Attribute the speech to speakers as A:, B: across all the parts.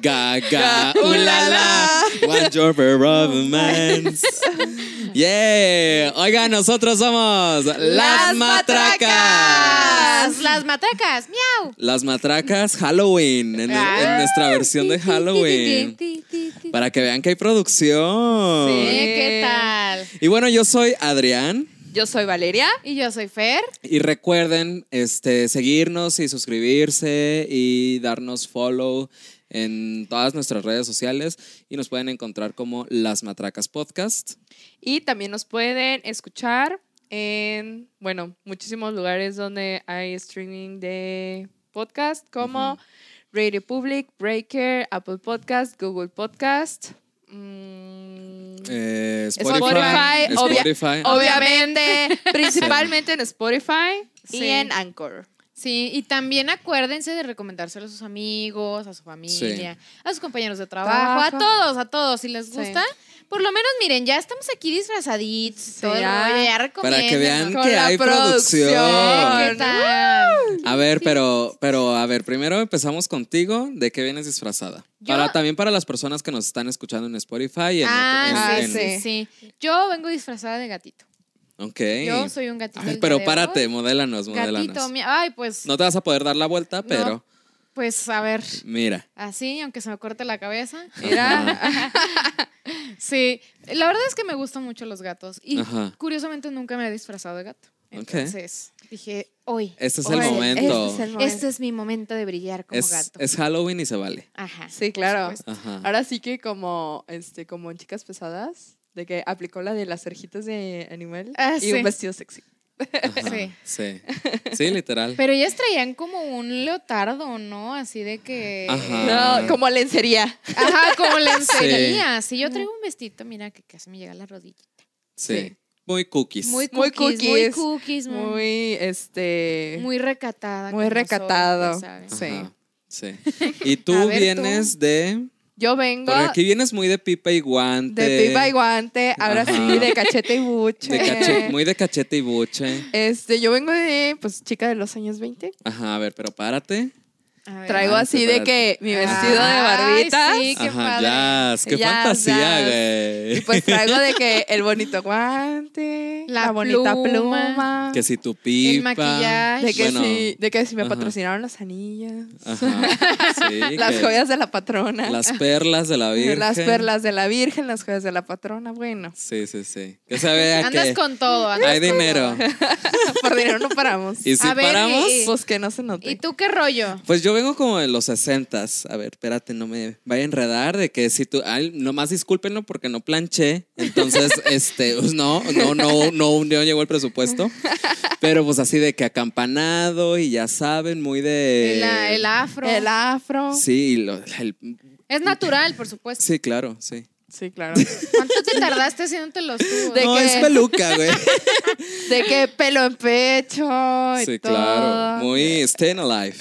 A: gaga, ooh la la, one dropper of romance. Yeah, oigan, nosotros somos las, matracas.
B: Las matracas, miau.
A: Las matracas Halloween, en, en
B: Ah.
A: nuestra versión de Halloween.
B: Ti, ti, ti, ti, ti.
A: Para que vean que hay producción.
B: Sí, Eh, ¿qué tal?
A: Y bueno, yo soy Adrián.
C: Yo soy Valeria.
B: Y yo soy Fer.
A: Y recuerden este, seguirnos y suscribirse y darnos follow en todas nuestras redes sociales. Y nos pueden encontrar como Las Matracas Podcast.
C: Y también nos pueden escuchar en, bueno, muchísimos lugares donde hay streaming de podcast como Radio Public, Breaker, Apple Podcast, Google Podcast. mm,
A: Eh, Spotify.
C: Spotify, obvia-
A: Spotify.
C: Obviamente, principalmente en Spotify
B: Sí.
C: y en Anchor.
B: Sí, y también acuérdense de recomendárselo a sus amigos, a su familia, a sus compañeros de trabajo,
C: Trabajo.
B: a todos, a todos. Si les
C: Sí.
B: gusta, por lo menos miren, ya estamos aquí disfrazaditos. y Todo el
C: ya.
B: rollo, ya
A: Para que vean
B: recomiéndenos.
C: Con
A: que
C: la
A: hay producción.
C: producción.
B: ¿Qué tal?
A: A ver, pero, pero a ver, primero empezamos contigo. ¿De qué vienes disfrazada?
B: Yo-
A: Para, también para las personas que nos están escuchando en Spotify. y en-
B: Ah,
A: en-
B: sí,
A: en-
B: sí, sí. Yo vengo disfrazada de gatito.
A: Ok.
B: Yo soy un gatito.
A: A
B: el
A: ver,
B: día
A: pero
B: de
A: párate, pues,
B: hoy.
A: modélanos,
B: Gatito,
A: modélanos.
B: mi- ay, pues,
A: No te vas a poder dar la vuelta,
B: No.
A: pero
B: pues a ver,
A: mira.
B: así, aunque se me corte la cabeza.
C: Era
B: Sí, la verdad es que me gustan mucho los gatos y
A: Ajá.
B: curiosamente nunca me he disfrazado de gato. Entonces dije, hoy.
A: Este es
B: hoy,
A: el
C: Oye,
A: momento.
C: este es el momento.
B: Este es mi momento de brillar como
A: Es,
B: gato.
A: es Halloween y se vale.
B: Ajá.
C: Sí, claro.
B: supuesto.
A: Ajá.
C: Ahora sí que como, este, como en chicas pesadas, de que aplicó la de las cerjitas de animal
B: Ah,
C: y
B: sí.
C: un vestido sexy.
A: ajá,
B: Sí.
A: Sí. Sí, literal.
B: Pero ellas traían como un leotardo, ¿no? Así de que.
A: Ajá. Ah.
C: No, como lencería.
B: Ajá, como lencería. Sí. yo traigo un vestito, mira, que casi me llega a la rodilla.
A: Sí.
C: sí.
A: Muy cookies.
B: Muy
C: Muy
B: cookies. Muy
C: cookies,
B: cookies, muy,
C: Muy, este...
B: muy recatada.
C: muy
B: como soy,
C: recatado.
B: pues, ¿sabes?
A: Ajá, Sí. Y tú
B: A ver, tú.
A: vienes de.
C: Yo vengo
A: Porque aquí vienes muy de pipa y guante.
C: de pipa y guante, ahora
A: Ajá.
C: sí, de cachete y buche.
A: De cache- muy de cachete y buche.
C: Este, yo vengo de, pues, chica de los años 20.
A: Ajá, a ver, pero párate.
B: A ver.
C: Traigo
A: Ah,
C: así de que mi vestido de barbita.
B: Ay, sí, qué
A: Ajá,
B: padre.
A: ya. Qué
C: Jazz,
A: fantasía,
C: jazz.
A: güey.
C: Y pues traigo de que el bonito guante,
B: La
C: la, bonita
B: pluma.
C: pluma.
A: Que si tu pipa.
B: El maquillaje.
C: de que
A: Bueno.
C: sí, de que si me
A: Ajá.
C: patrocinaron las anillas,
A: Ajá, sí,
C: las
A: que-
C: joyas de la patrona,
A: Las perlas de la Virgen.
C: las perlas de la Virgen, las joyas de la patrona, bueno,
A: Sí, sí, sí. Que se vea
B: Andas
A: que
B: con todo. andas
A: hay
B: con
A: dinero.
B: todo.
C: por dinero no paramos.
A: Y si
B: A ver,
A: paramos,
B: y-
C: Pues que no se
B: ¿Y
C: note.
B: tú qué rollo?
A: pues yo vengo como de los 60 A ver, espérate, no me vaya a enredar de que si tú, ay, nomás discúlpenlo porque no planché. Entonces, este, pues no, no, no, no, no llegó el presupuesto. Pero pues así de que acampanado y ya saben, muy de...
B: El, el afro.
C: El afro. Sí,
A: Sí, y lo- el-
B: Es natural, por supuesto.
A: sí, claro, sí.
C: claro.
B: ¿Cuánto te tardaste haciéndotelo tú?
C: De
A: no,
C: que-
A: es peluca, güey.
C: De que pelo en pecho y
A: Sí,
C: todo.
A: claro. Muy staying alive.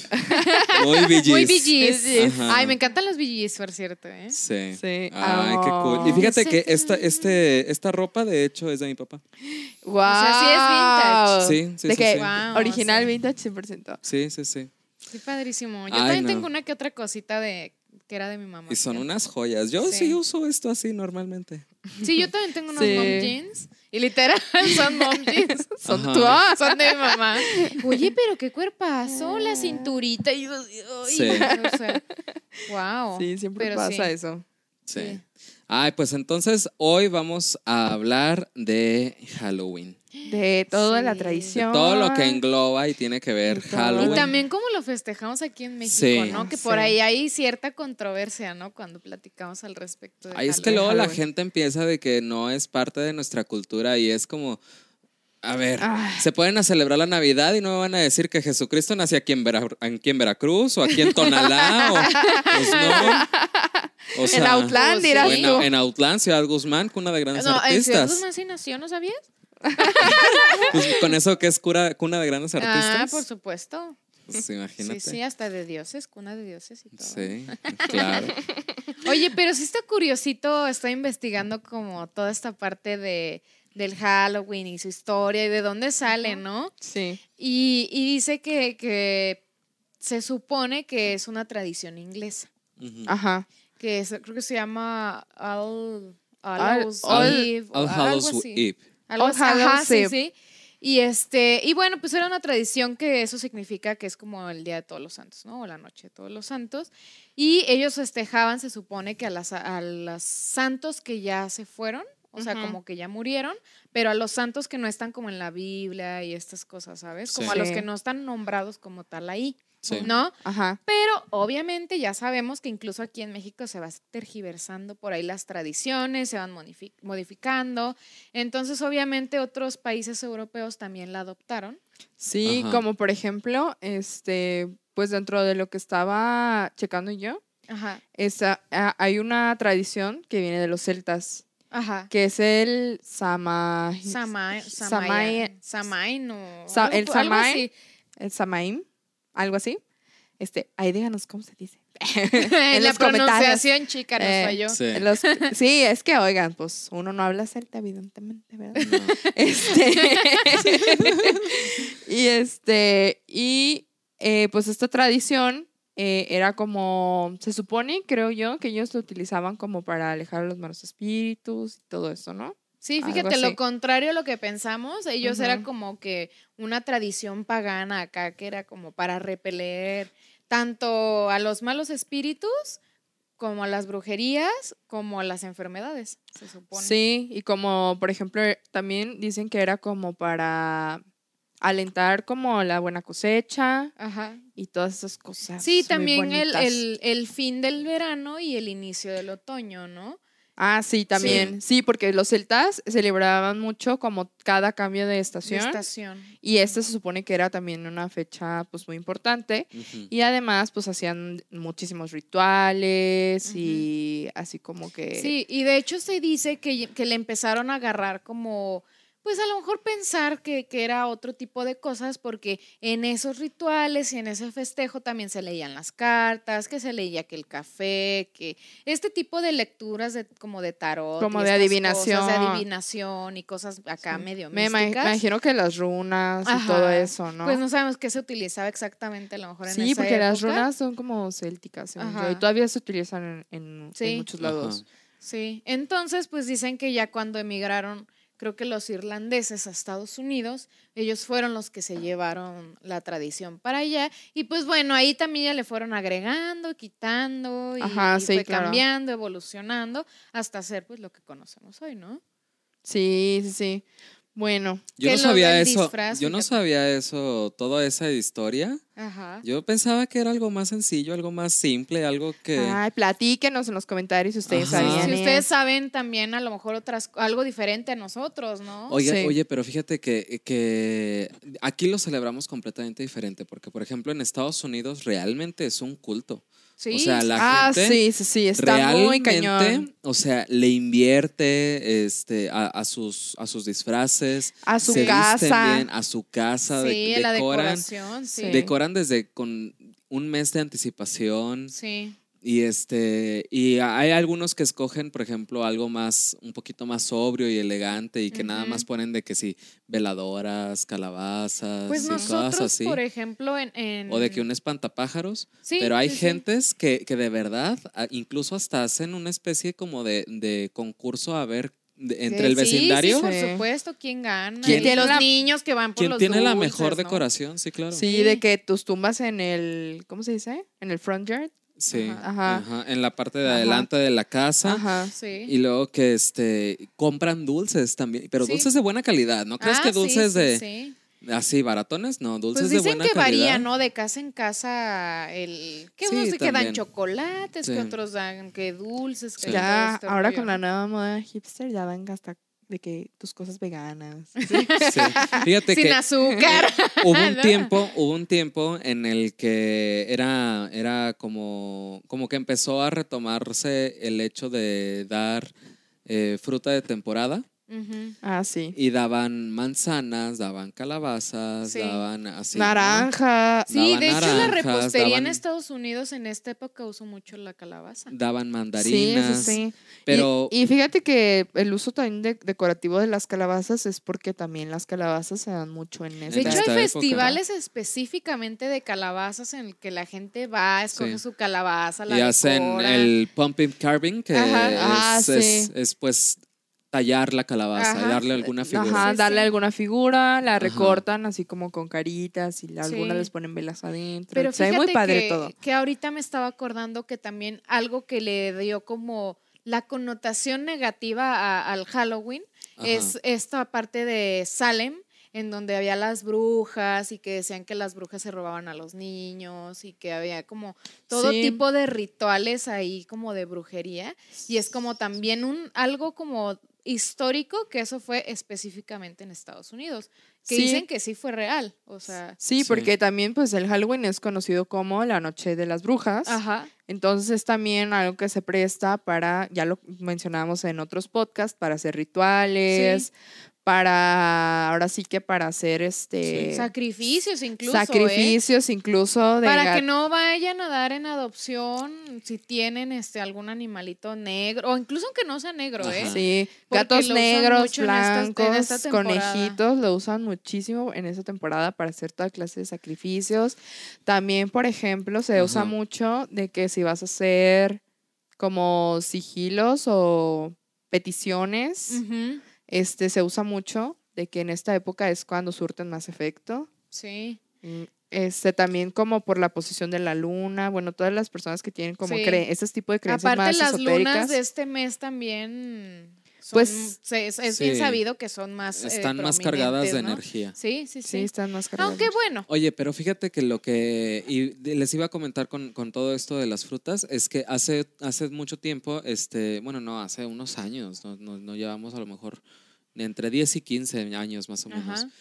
A: Muy BGs.
B: Muy BGs.
A: Ajá.
B: Ay, me encantan los BGs, por cierto. ¿eh?
A: Sí.
C: Sí.
A: Ay, qué cool. Y
C: Ah.
A: fíjate
B: Sí.
A: que esta, este, esta ropa, de hecho, es de mi papá.
C: Wow.
A: sí
B: sea,
A: es vintage. Sí, sí,
C: De
A: sí,
C: que
A: sí.
B: Guau,
C: original
B: sí.
C: vintage 100%.
A: Sí, sí, sí.
B: Sí, padrísimo. Yo
A: Ay,
B: también
A: no.
B: tengo una que otra cosita de que era de mi mamá.
A: Y son
B: fíjate.
A: unas joyas. Yo sí,
B: Sí.
A: uso esto así normalmente.
B: Sí, yo también tengo unos
C: Sí.
B: mom jeans. Y literal, son mom jeans.
C: Son
A: Ajá.
C: tú. ah,
B: Son de mi mamá. Oye, pero qué cuerpazo, la cinturita. Y yo, ay,
A: Sí.
B: o sea, wow.
C: Sí, siempre
B: Pero
C: pasa
B: sí.
C: eso.
A: Sí.
B: Sí.
A: Ay, pues entonces hoy vamos a hablar de Halloween.
C: De toda la
B: Sí.
A: De
C: traición.
A: todo lo que engloba y tiene que ver
C: Y todo.
A: Halloween.
B: Y también como lo festejamos aquí en México,
A: Sí.
B: ¿no? Que por
C: Sí.
B: ahí hay cierta controversia, ¿no? Cuando platicamos al respecto. De
A: Ay, es que
B: Halloween.
A: luego la
C: Halloween.
A: gente empieza de que no es parte de nuestra cultura y es como, a ver,
C: Ay.
A: se pueden a celebrar la Navidad y no me van a decir que Jesucristo nació aquí en, Vera- aquí en Veracruz o aquí en Tonalá o pues no. O
C: en
A: sea,
C: Outland
B: Pues
C: dirás
A: o
B: sí.
A: en,
C: tú.
A: en Outland, Ciudad Guzmán, cuna de grandes
B: No, en Ciudad
A: artistas.
B: Guzmán sí nació, ¿no sabías?
A: Pues, con eso que es cura- cuna de grandes
B: Ah,
A: artistas.
B: por supuesto.
A: Pues, imagínate.
B: Sí, sí, hasta de dioses, cuna de dioses y todo.
A: Sí, claro.
B: Oye, pero sí está curiosito, estoy investigando como toda esta parte de, del Halloween y su historia y de dónde sale, ¿no?
C: Sí.
B: Y, y dice que, que se supone que es una tradición inglesa.
A: Ujú.
C: Ajá.
B: que es- creo que se llama All, All,
C: All-
B: Hallows
C: All-
B: Eve, o
A: All
B: algo
A: Hallows
B: así.
A: Eve.
B: Algo
C: All
B: así, ajá,
C: Hallows
B: sí,
C: Eve.
B: sí. Y este, y bueno, pues era una tradición que eso significa que es como el día de todos los santos, ¿no? O la noche de todos los santos. Y ellos festejaban, se supone que a las a los santos que ya se fueron, o sea,
C: Ujú.
B: como que ya murieron, pero a los santos que no están como en la Biblia y estas cosas, ¿sabes? Como
A: Sí.
B: a los
C: Sí.
B: que no están nombrados como tal ahí,
A: Sí.
B: ¿no?
C: Ajá.
B: Pero obviamente ya sabemos que incluso aquí en México se va tergiversando por ahí las tradiciones, se van modifi- modificando. Entonces, obviamente, otros países europeos también la adoptaron.
C: Sí,
A: Ajá.
C: como por ejemplo, este, pues dentro de lo que estaba checando yo,
B: Ajá,
C: esa- a- hay una tradición que viene de los celtas,
B: ajá.
C: que es el sama,
B: Samai, Samayan,
C: Samai-
B: Samain o
C: Sa-
B: algo
C: el
B: po- algo
C: Samain.
B: así.
C: el samaim, algo así. Este, ahí díganos cómo se dice.
B: En la
C: los comentarios.
B: pronunciación, chica, no
C: Eh,
B: soy yo.
A: Sí.
C: En los- sí, es que oigan, pues uno no habla celta, evidentemente, ¿verdad?
A: No.
C: Este, y este, y eh, pues esta tradición eh, era como, se supone, creo yo, que ellos lo utilizaban como para alejar a los malos espíritus y todo eso, ¿no?
B: Sí,
C: Algo
B: fíjate,
C: así.
B: lo contrario a lo que pensamos, ellos era
C: Ujú.
B: como que una tradición pagana acá que era como para repeler tanto a los malos espíritus como a las brujerías, como a las enfermedades, se supone.
C: Sí, y como, por ejemplo, también dicen que era como para alentar como la buena cosecha
B: Ajá.
C: y todas esas cosas.
B: Sí,
C: muy
B: también el,
C: bonitas.
B: el- el fin del verano y el inicio del otoño, ¿no?
C: Ah, sí, también. Sí. porque los celtas celebraban mucho como cada cambio de
B: De
C: estación.
B: estación.
C: Y esta se supone que era también una fecha pues muy importante.
A: Ujú.
C: Y además pues hacían muchísimos rituales y así como que...
B: Sí, y de hecho se dice que, que le empezaron a agarrar como, pues a lo mejor pensar que, que era otro tipo de cosas, porque en esos rituales y en ese festejo también se leían las cartas, que se leía que el café, que este tipo de lecturas de, como de tarot. y
C: Como de
B: estas
C: adivinación.
B: Cosas de adivinación y cosas acá medio
C: Me, ima-
B: místicas.
C: imagino que las runas y todo
B: Ajá.
C: eso, ¿no?
B: Pues no sabemos qué se utilizaba exactamente a lo mejor en
C: sí,
B: esa
C: porque las
B: época.
C: runas son como célticas, según yo, y
B: Ajá.
C: todavía se utilizan en, en- en
B: Sí.
C: muchos lados.
A: Ajá.
B: Sí, entonces pues dicen que ya cuando emigraron, creo que los irlandeses a Estados Unidos, ellos fueron los que se llevaron la tradición para allá y pues bueno, ahí también ya le fueron agregando, quitando y,
C: Ajá,
B: y
C: sí,
B: fue
C: claro.
B: cambiando, evolucionando hasta hacer pues lo que conocemos hoy, ¿no?
C: Sí, sí, sí. Bueno,
A: Yo
B: Que
A: no
B: lo
A: sabía
B: del
A: eso.
B: disfraz,
A: yo no
B: fíjate.
A: sabía eso, toda esa historia.
B: Ajá.
A: Yo pensaba que era algo más sencillo, algo más simple, algo que.
C: ay, platíquenos en los comentarios si ustedes
A: Ajá.
C: sabían.
B: Si ustedes
C: eso.
B: saben también a lo mejor otras algo diferente a nosotros, ¿no?
A: Oye,
C: Sí.
A: oye, pero fíjate que, que aquí lo celebramos completamente diferente, porque por ejemplo en Estados Unidos realmente es un culto.
B: sí.
A: o sea, la-
C: ah,
A: gente
C: sí, sí, sí, está muy cañón.
A: Realmente, o sea, le invierte este, a, a sus, a sus disfraces,
C: A su
A: se visten
C: casa.
A: bien, Ah, a su casa, de-
B: sí, la
A: decoran,
B: decoración, sí.
C: Sí.
A: decoran desde con un mes de anticipación.
B: sí.
A: Y este, y hay algunos que escogen, por ejemplo, algo más, un poquito más sobrio y elegante, y que nada
B: Ujú.
A: más ponen de que sí, veladoras, calabazas,
B: Pues
A: y
B: nosotros,
A: cosas así.
B: por ejemplo, en, en-
A: O de que un espantapájaros.
B: Sí,
A: pero hay
B: sí, sí.
A: gentes que, que de verdad, a- incluso hasta hacen una especie como de, de concurso a ver de- entre el
B: Sí, sí,
A: vecindario.
B: por
C: Sí.
B: supuesto, quién gana.
A: ¿Quién
B: Y
C: tiene
B: los
C: la-
B: niños que van por
A: ¿Quién
B: los
A: tiene la
B: dulces,
A: mejor
B: ¿no?
A: decoración? Sí, claro.
C: Sí, de
B: Sí.
C: que tus tumbas en el, ¿cómo se dice? En el front yard.
A: Sí,
C: Ajá.
A: ajá, En la parte de
C: Ajá.
A: adelante de la casa.
C: Ajá.
B: Sí.
A: Y luego que este compran dulces también, pero
B: Sí.
A: dulces de buena calidad, ¿no crees
B: Ah,
A: que
B: sí,
A: dulces
B: sí,
A: de
B: sí.
A: así baratones? No, dulces
B: Pues
A: de
B: dicen
A: buena
B: que
A: calidad.
B: varía, ¿no? De casa en casa, el que
A: Sí,
B: unos que
A: también.
B: dan chocolates,
A: Sí.
B: que otros dan que dulces, que
A: Sí.
C: Ya,
B: todo este
C: ahora
B: rollo,
C: con la
B: ¿no?
C: nueva moda hipster ya van hasta de que tus cosas veganas.
A: Sí. Fíjate
B: sin
A: que
B: azúcar.
A: hubo un
B: ¿no?
A: tiempo, hubo un tiempo en el que era era como como que empezó a retomarse el hecho de dar eh, fruta de temporada
B: Ujú.
C: Ah, sí.
A: Y daban manzanas, daban calabazas,
B: Sí.
A: daban así. ¿no?
C: Naranja.
B: Sí,
A: Daban
B: de hecho la
A: naranjas,
B: repostería en
A: daban-
B: Estados Unidos en esta época usó mucho la calabaza.
A: Daban
C: Sí, eso
A: mandarinas.
C: sí.
A: Pero
C: Y, y fíjate que el uso también de- decorativo de las calabazas es porque también las calabazas se dan mucho en esta
B: De hecho,
A: esta
B: hay
A: época.
B: festivales específicamente de calabazas en el que la gente va, escoge
A: Sí.
B: su calabaza, la
A: y hacen
B: decora.
A: el pumpkin carving, que
C: Ajá.
A: es,
C: Ah, sí.
A: es- es, pues tallar la calabaza
B: Ajá.
A: y darle alguna figura.
C: Ajá,
B: Sí,
C: darle
B: sí.
C: alguna figura, la
A: Ajá.
C: recortan así como con caritas y la- algunas
B: Sí.
C: les ponen velas adentro.
B: Pero
C: se
B: fíjate
C: ve muy padre
B: que,
C: todo.
B: que ahorita me estaba acordando que también algo que le dio como la connotación negativa a- al Halloween
A: Ajá.
B: es esta parte de Salem, en donde había las brujas y que decían que las brujas se robaban a los niños y que había como todo
C: Sí.
B: tipo de rituales ahí como de brujería. Y es como también un algo como histórico que eso fue específicamente en Estados Unidos, que
C: Sí.
B: dicen que sí fue real, o sea,
C: Sí,
A: Sí.
C: porque también pues el Halloween es conocido como la noche de las brujas.
B: ajá.
C: Entonces es también algo que se presta para, ya lo mencionábamos en otros podcasts, para hacer rituales, para, ahora sí que para hacer este...
B: Sacrificios incluso. ¿eh?
C: sacrificios incluso de
B: Para que
C: gat-
B: no vayan a dar en adopción si tienen este algún animalito negro, o incluso aunque no sea negro, ¿eh?
A: Ajá.
C: Sí,
B: Porque
C: gatos
B: lo usan
C: negros,
B: mucho en esta- en
C: blancos,
B: esta temporada.
C: conejitos, lo usan muchísimo en esta temporada para hacer toda clase de sacrificios. También, por ejemplo, se usa
A: Ajá.
C: mucho de que si vas a hacer como sigilos o peticiones,
B: Ujú,
C: este se usa mucho de que en esta época es cuando surten más efecto.
B: Sí.
C: Mm, Este, también como por la posición de la luna, bueno, todas las personas que tienen como
B: Sí.
C: cre- este tipo de creencias
B: Aparte
C: más
B: las lunas
C: esotéricas.
B: de este mes también son-
C: Pues,
B: se- es, es
A: sí.
B: bien sabido que son más eh,
A: Están más cargadas de
B: prominentes, ¿no?
A: energía.
B: Sí, sí,
C: Sí,
B: sí.
C: están más cargadas.
B: Aunque bueno,
A: Oye, pero fíjate que lo que y de- les iba a comentar con, con todo esto de las frutas es que hace, hace mucho tiempo, este, bueno, no, hace unos años, no, no- no llevamos a lo mejor entre 10 y 15 años más o menos.
B: ajá. Mm,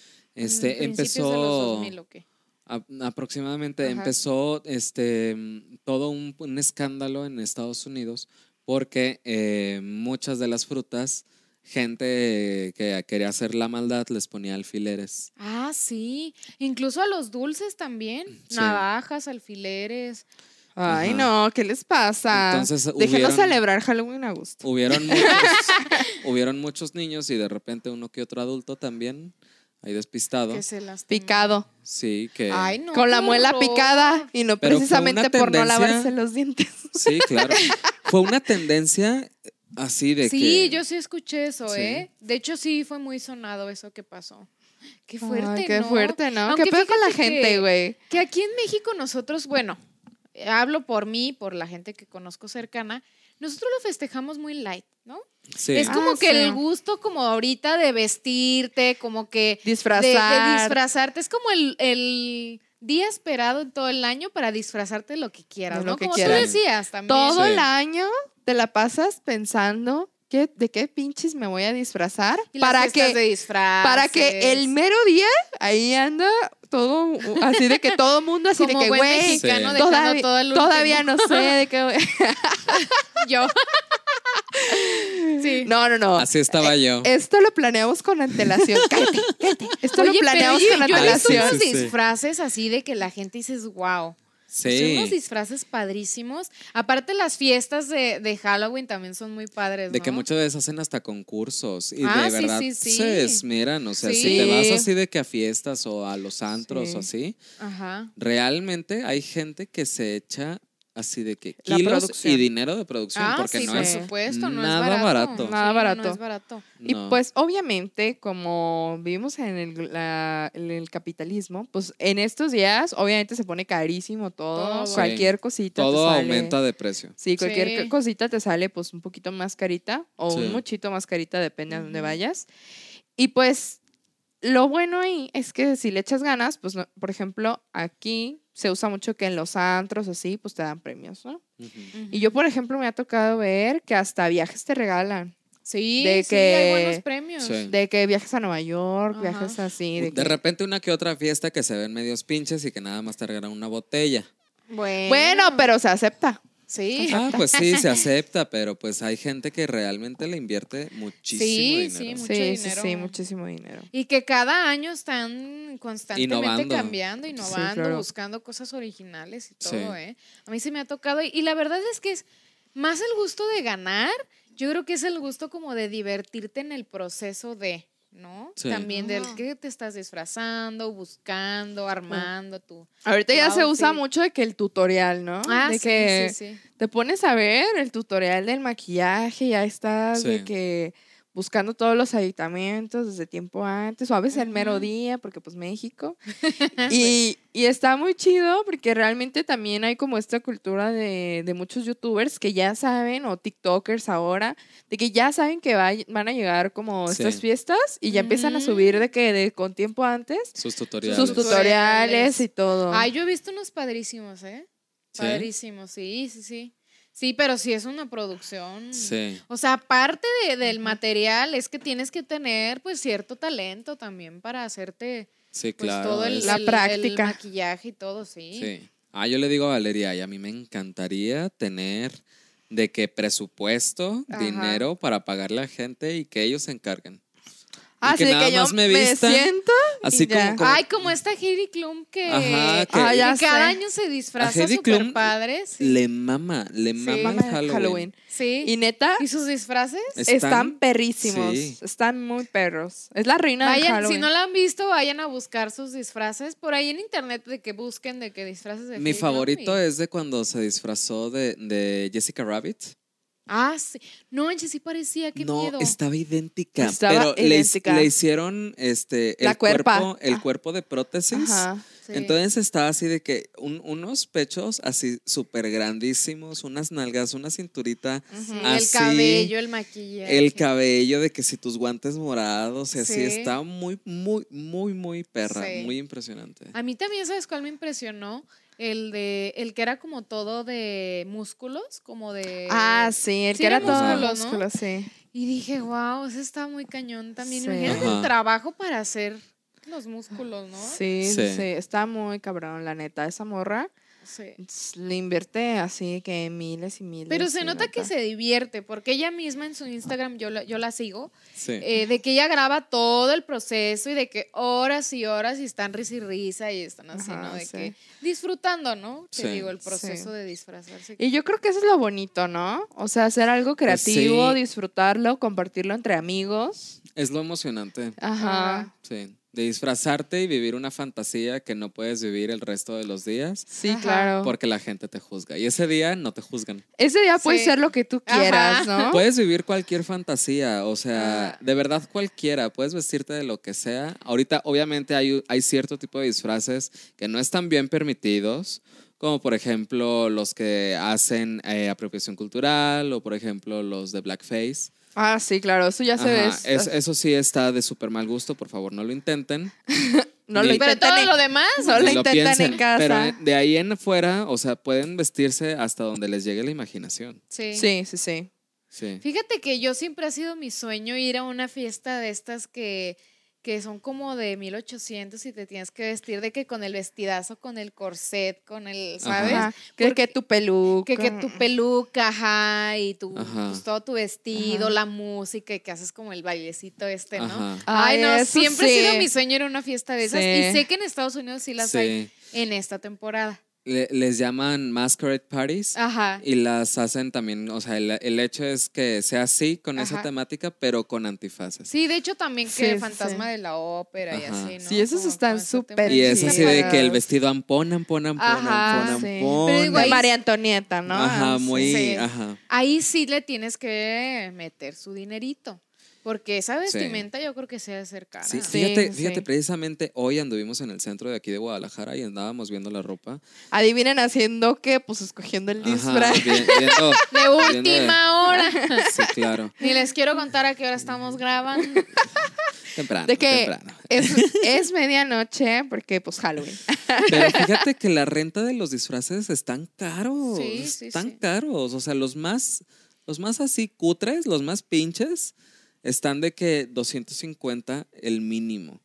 A: Este,
B: principios de
A: empezó...
B: los 2000 o qué.
A: A- aproximadamente
C: Ajá.
A: empezó este mm, todo un, un escándalo en Estados Unidos porque eh, muchas de las frutas gente que quería hacer la maldad les ponía alfileres
B: Ah, sí. Incluso a los dulces también.
A: Sí.
B: Navajas, alfileres.
C: Ay,
A: Ajá.
C: no, ¿qué les pasa?
A: Entonces,
C: Déjenos
A: hubieron-
C: celebrar Halloween a gusto.
A: hubieron muchos, hubieron muchos niños y de repente uno que otro adulto también ahí despistado
B: Que se las
C: Picado,
A: sí que
B: Ay, no.
C: con la
B: qué
C: muela
B: horror.
C: picada y no
A: Pero fue
C: precisamente
A: una
C: por no
A: tendencia-
C: lavarse los dientes.
A: sí claro fue una tendencia así de
B: Sí,
A: que
B: yo sí escuché eso,
A: Sí.
B: ¿eh? De hecho, sí fue muy sonado eso que pasó. Qué fuerte,
C: Ay, qué
B: ¿no?
C: fuerte, ¿no?
B: Aunque
C: ¿Qué pedo con la
B: fíjate
C: gente,
B: que-
C: güey?
B: Que aquí en México nosotros, bueno, eh, hablo por mí, por la gente que conozco cercana, nosotros lo festejamos muy light, ¿no?
A: sí.
B: Es como
C: Ah,
B: que
C: sí.
B: el gusto como ahorita de vestirte, como que
C: Disfrazar.
B: de, de disfrazarte. Es como el, el día esperado en todo el año para disfrazarte de lo que quieras,
C: De lo
B: ¿no?
C: que
B: como
C: quieras.
B: tú decías también.
C: Todo
A: Sí.
C: el año te la pasas pensando que, de qué pinches me voy a disfrazar
B: Y las
C: para
B: fiestas
C: que
B: de disfraces.
C: para que el mero día ahí anda todo uh, así de que todo mundo así de
B: Como
C: que
B: buen
C: güey
B: mexicano
A: Sí.
B: dejando
C: todavi-
B: todo el
C: todavía, no sé de qué voy-
B: Yo. sí.
C: no no no
A: así estaba
B: eh,
A: yo
C: esto lo planeamos con antelación cállate, cállate. esto
B: Oye,
C: lo
B: pero
C: planeamos
B: yo-
C: con
B: yo he visto
A: Sí,
C: antelación
B: unos
A: sí, sí.
B: disfraces así de que la gente dices, wow.
A: sí
B: Son unos disfraces padrísimos. Aparte, las fiestas de, de Halloween también son muy padres.
A: De que
B: ¿no?
A: muchas veces hacen hasta concursos y
B: Ah,
A: de
B: sí,
A: verdad
B: sí, sí.
A: se esmeran, o sea,
B: Sí.
A: si te vas así de que a fiestas o a los antros
C: Sí.
A: o así,
B: Ajá.
A: realmente hay gente que se echa así de que
C: La
A: kilos
C: producción.
A: y dinero de producción
B: Ah,
A: porque
B: sí,
A: no
B: por
A: es
B: supuesto, no
A: nada
B: es barato.
A: barato.
C: Nada
B: Sí,
C: barato.
B: No es barato.
C: y
A: no.
C: pues obviamente como vivimos en el, la- en el capitalismo pues en estos días obviamente se pone carísimo todo
B: Todo. Sí.
C: cualquier cosita te
A: todo
C: sale.
A: aumenta de precio.
C: Sí, cualquier
B: Sí.
C: co- cosita te sale pues un poquito más carita o
A: Sí.
C: un muchito más carita, depende a dónde
B: Ujú.
C: vayas. Y pues lo bueno ahí es que si le echas ganas, pues no- por ejemplo, aquí se usa mucho que en los antros así, pues te dan premios, ¿no?
A: Ujú.
B: Ujú.
C: Y yo, por ejemplo, me ha tocado ver que hasta viajes te regalan,
B: Sí,
C: de
B: sí, hay
C: que-
B: buenos premios.
A: Sí.
C: de que viajes a Nueva York,
B: Ajá.
C: viajes así.
A: De,
C: que-
A: repente una que otra fiesta que se ven medios pinches y que nada más te regalan una botella.
B: Bueno,
C: Bueno, pero se acepta.
B: Sí.
A: Ah, pues sí, se acepta, pero pues hay gente que realmente le invierte muchísimo
B: Sí, sí,
A: dinero.
B: mucho
C: sí, sí,
B: dinero.
C: sí, muchísimo dinero.
B: Y que cada año están constantemente
A: Innovando.
B: cambiando, innovando,
C: claro.
B: buscando cosas originales y todo,
A: Sí.
B: ¿eh? A mí se me ha tocado. Y, y la verdad es que es más el gusto de ganar, yo creo que es el gusto como de divertirte en el proceso de, ¿no?
A: Sí.
B: También del
C: Ah.
D: Ajá.
B: que te estás disfrazando, buscando, armando tu.
C: Ahorita ya
B: Wow,
C: se usa
B: sí.
C: mucho de que el tutorial, ¿no?
B: Ah,
C: de
B: sí,
C: que
B: sí, sí.
C: te pones a ver el tutorial del maquillaje, ya estás
A: Sí.
C: de que buscando todos los aditamentos desde tiempo antes o a veces el mero
B: Ujú.
C: día, porque pues México. y, y está muy chido porque realmente también hay como esta cultura de, de muchos youtubers que ya saben, o TikTokers ahora, de que ya saben que va- van a llegar como
A: Sí.
C: estas fiestas y ya empiezan a
B: Ujú.
C: subir de que de, con tiempo antes
A: Sus tutoriales.
C: sus tutoriales y todo.
B: Ay, yo he visto unos padrísimos, ¿eh?
A: Sí.
B: Padrísimos, sí, sí, sí. Sí, pero sí es una producción.
A: Sí.
B: O sea, aparte de- del
C: Ujú.
B: material, es que tienes que tener pues cierto talento también para hacerte
A: Sí,
B: pues
A: claro.
B: todo el,
A: es-
C: La
B: el- el
C: práctica.
B: maquillaje y todo, sí.
A: Sí. Ah, yo le digo a Valeria, y a mí me encantaría tener de qué presupuesto,
C: Ajá.
A: dinero para pagarle a gente y que ellos se encarguen.
C: Ah,
A: que
C: sí,
A: nada
C: yo
A: más me vistan.
C: siento.
A: Así
C: ya.
A: como, como-
B: Ay, como esta Heidi Klum que,
A: Ajá, que-
C: Ah,
B: que
C: ya sé.
B: cada año se disfraza
A: Heidi Klum-
B: super padre. Sí.
A: le mama, le mama en
C: Mama de
A: Halloween.
C: Halloween.
B: Sí.
C: Y neta,
B: ¿Y sus disfraces?
A: Es-
C: están,
A: Están-
C: perrísimos.
A: sí.
C: Están muy perros. Es la reina de
B: Vayan,
C: Halloween.
B: si no la han visto, vayan a buscar sus disfraces por ahí en internet de que busquen de que disfraces de
A: Mi
B: Heidi Klum
A: favorito
B: y-
A: es de cuando se disfrazó de, de Jessica Rabbit.
B: Ah, sí. No, manches, sí parecía, qué
A: no,
B: miedo.
A: estaba idéntica.
C: Estaba
A: pero le hic-
C: idéntica.
A: Le, hicieron este el
C: La cuerpa.
A: cuerpo, el
C: Ah.
A: cuerpo de prótesis.
C: Ajá.
B: Sí.
A: Entonces estaba así de que un- unos pechos así súper grandísimos, unas nalgas, una cinturita,
B: Sí,
C: Ujú.
A: Ah,
B: el
A: sí.
B: cabello, el maquillaje.
A: el cabello de que si tus guantes morados y así.
B: Sí.
A: Estaba muy, muy, muy, muy perra,
B: Sí. Ah,
A: muy impresionante.
B: A mí también, ¿sabes cuál me impresionó? El de, el que era como todo de músculos, como de.
C: Ah, sí, el
B: sí
C: que era
B: era
C: todo
A: músculo,
B: ¿no?
C: músculo, sí.
B: Y dije, wow, ese está muy cañón también.
C: Sí.
B: Imagínate
A: Ajá.
B: el trabajo para hacer los músculos, ¿no?
C: Sí,
A: Sí.
C: sí, Está muy cabrón, la neta. Esa morra
B: Sí.
C: s- le invierte así que miles y miles.
B: Pero se
C: y
B: nota que
C: neta.
B: se divierte, porque ella misma en su Instagram, yo la, yo la sigo,
A: Sí.
B: eh, de que ella graba todo el proceso y de que horas y horas y están risa y risa y están así,
C: Ajá,
B: ¿no? De
C: sí.
B: que disfrutando, ¿no? Te
A: Sí.
B: digo, el
C: Sí.
B: proceso de disfrazarse.
C: Y yo creo que eso es lo bonito, ¿no? O sea, hacer algo
A: Pues sí.
C: creativo, disfrutarlo, compartirlo entre amigos. Ah,
A: Es lo emocionante.
C: Ajá.
B: Ajá.
A: Sí. De disfrazarte y vivir una fantasía que no puedes vivir el resto de los días
C: Sí,
B: Ajá.
C: claro.
A: porque la gente te juzga. Y ese día no te juzgan.
C: Ese día puede
B: Sí.
C: ser lo que tú quieras, ¿no?
A: Puedes vivir cualquier fantasía, o sea,
C: Ah.
A: de verdad cualquiera, puedes vestirte de lo que sea. Ahorita obviamente hay, hay cierto tipo de disfraces que no están bien permitidos, como por ejemplo los que hacen eh, apropiación cultural o por ejemplo los de blackface.
C: Ah, sí, claro, eso ya se
A: Ajá,
C: ve.
A: es- eso sí está de súper mal gusto, por favor no lo intenten.
C: no lo
A: ni-
B: Pero
C: intenten
B: todo
C: en-
B: lo demás,
C: no lo
A: ni
C: intentan en casa.
A: Pero eh, de ahí en fuera, o sea, pueden vestirse hasta donde les llegue la imaginación.
B: Sí.
C: Sí, sí, sí.
A: Sí.
B: Fíjate que yo siempre ha sido mi sueño ir a una fiesta de estas que, que son como de 1800 y te tienes que vestir de que con el vestidazo, con el corset, con el, ¿sabes?
C: Ajá, Que,
B: Porque-
C: que tu peluca.
B: Que, que tu peluca, ajá, y tu,
A: Ajá.
B: pues, todo tu vestido,
C: Ajá.
B: la música, y que haces como el bailecito este, ¿no?
A: Ajá.
B: Ay, no,
C: eso
B: siempre
C: sí.
B: ha sido mi sueño ir a una fiesta de esas.
C: Sí.
B: Y sé que en Estados Unidos sí las hay
A: Sí.
B: en esta temporada.
A: Le- les llaman masquerade parties.
B: Ajá.
A: Y las hacen también, o sea, el, el hecho es que sea así con esa
B: Ajá.
A: temática, pero con antifaces.
B: Sí, de hecho también
C: Sí,
B: que
C: sí,
B: Fantasma
C: sí.
B: de la Ópera y
A: Ajá.
B: así, ¿no?
C: Sí, esos
B: Como
C: están
B: con esta
C: súper
B: temática.
A: Y es
C: Sí,
A: así de que el
C: separados.
A: vestido ampón, ampón, ampón,
B: Ajá.
A: ampón,
C: Sí.
A: ampón.
B: Pero digo, ahí-
A: ampón.
C: María Antonieta, ¿no?
A: Ajá, muy,
B: Sí.
A: ajá.
B: Ahí sí le tienes que meter su dinerito. Porque esa vestimenta yo creo que se ha de ser cara.
A: Sí,
C: Sí,
A: fíjate,
C: sí.
A: fíjate, precisamente hoy anduvimos en el centro de aquí de Guadalajara y andábamos viendo la ropa.
C: Adivinen haciendo que, pues escogiendo el
A: Ajá,
C: disfraz.
A: vi- viendo-
B: De
A: viendo-
B: última hora.
A: Sí, claro.
B: Ni les quiero contar a qué hora estamos grabando.
A: Temprano,
C: De que-
A: temprano.
C: Es, es medianoche porque, pues, Halloween.
A: Pero fíjate que la renta de los disfraces están caros.
B: Sí, sí,
A: están
B: sí.
A: caros. O sea, los más, los más así cutres, los más pinches, están de que 250 el mínimo.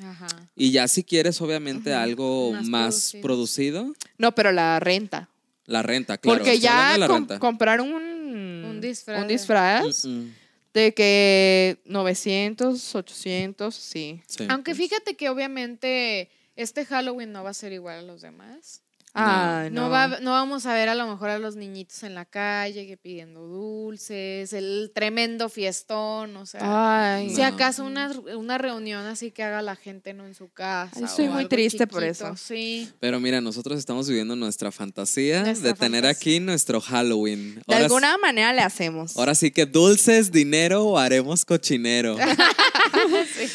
B: Ajá.
A: Y ya si quieres, obviamente, algo
B: Más
A: más producido.
C: No, pero la renta.
A: La renta, claro.
C: Porque
A: estoy hablando
C: ya
A: de la
C: com-
A: renta.
C: comprar un, un
B: disfraz.
C: disfraz
A: Mm, mm,
C: de que 900, 800, sí.
A: sí.
B: Aunque fíjate que obviamente este Halloween no va a ser igual a los demás.
C: Ah,
B: No, va, no vamos a ver a lo mejor a los niñitos en la calle que pidiendo dulces, el tremendo fiestón, o sea.
C: Ay,
B: Si
A: No.
B: acaso una, una reunión así que haga la gente no en su casa.
C: Ay,
B: o
C: estoy muy
B: algo
C: triste por
B: chiquito,
C: eso.
B: Sí.
A: Pero mira, nosotros estamos viviendo nuestra fantasía
B: Nuestra
A: de tener
B: fantasía.
A: aquí nuestro Halloween.
C: de
A: Ahora s-
C: alguna manera le hacemos.
A: Ahora sí que dulces, dinero o haremos cochinero.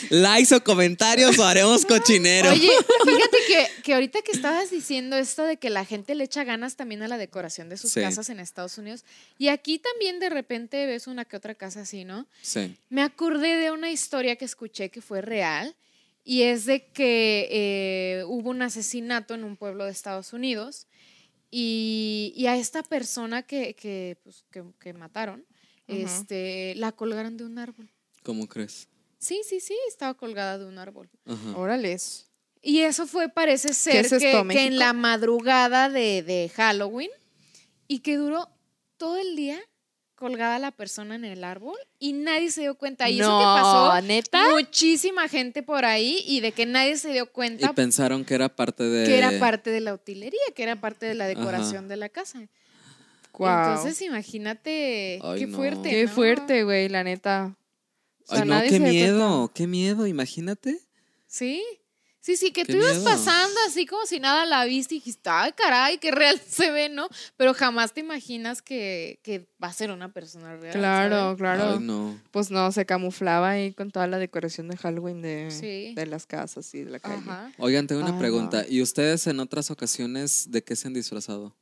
A: Likes o comentarios o haremos cochinero.
B: Oye, fíjate que, que ahorita que estabas diciendo esto de que la gente le echa ganas también a la decoración de sus
A: Sí.
B: casas en Estados Unidos, y aquí también de repente ves una que otra casa así, ¿no?
A: Sí.
B: Me acordé de una historia que escuché que fue real y es de que eh, hubo un asesinato en un pueblo de Estados Unidos y, y a esta persona que, que, pues, que- que mataron,
C: Ujú.
B: este, la colgaron de un árbol.
A: ¿Cómo crees?
B: Sí, sí, sí, estaba colgada de un árbol.
A: Ajá.
C: Órales.
B: Y eso fue, parece ser,
C: es esto,
B: que, que
C: México?
B: en la madrugada de, de Halloween y que duró todo el día colgada la persona en el árbol y nadie se dio cuenta. Y eso que pasó
C: neta.
B: muchísima gente por ahí y de que nadie se dio
A: Y
B: cuenta
A: pensaron que era parte de...
B: que era parte de la utilería, que era parte de la decoración de la casa.
C: Guau.
B: Entonces imagínate
A: Ay,
B: qué
A: no.
B: fuerte.
C: Qué
B: ¿no?
C: fuerte, güey, la neta. O sea,
A: Ay, no,
C: nadie
A: qué
C: se dio
A: miedo, qué miedo, imagínate.
B: Sí. Sí, sí, que
A: Qué
B: tú ibas
A: miedo.
B: pasando así como si nada la viste y dijiste, ay, caray, qué real se ve, ¿no? Pero jamás te imaginas que, que va a ser una persona real.
C: Claro,
B: ¿sabes?
C: claro.
A: Ay, no.
C: Pues no, se camuflaba ahí con toda la decoración de Halloween de,
B: Sí.
C: de las casas y de la calle.
B: Ajá.
A: Oigan, tengo
B: Ah,
C: Ay,
A: una
C: no.
A: pregunta. ¿Y ustedes en otras ocasiones de qué se han disfrazado?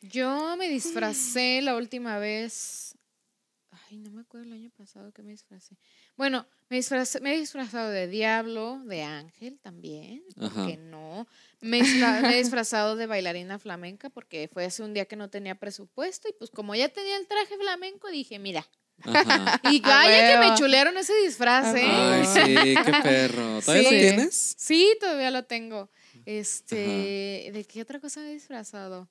B: Yo me disfracé la última vez. Ay, no me acuerdo el año pasado que me disfracé. Bueno, me, disfracé- me he disfrazado de diablo, de ángel también,
A: Ajá.
B: que no. Me, disfra- me he disfrazado de bailarina flamenca porque fue hace un día que no tenía presupuesto y pues como ya tenía el traje flamenco dije, mira.
A: Ajá.
B: Y vaya que me
C: huevo.
B: chulearon ese disfraz, ¿eh?
A: Ay, sí, qué perro. ¿Todavía
C: Sí.
A: lo tienes?
B: Sí, todavía lo tengo. Este, ¿de qué otra cosa me he disfrazado?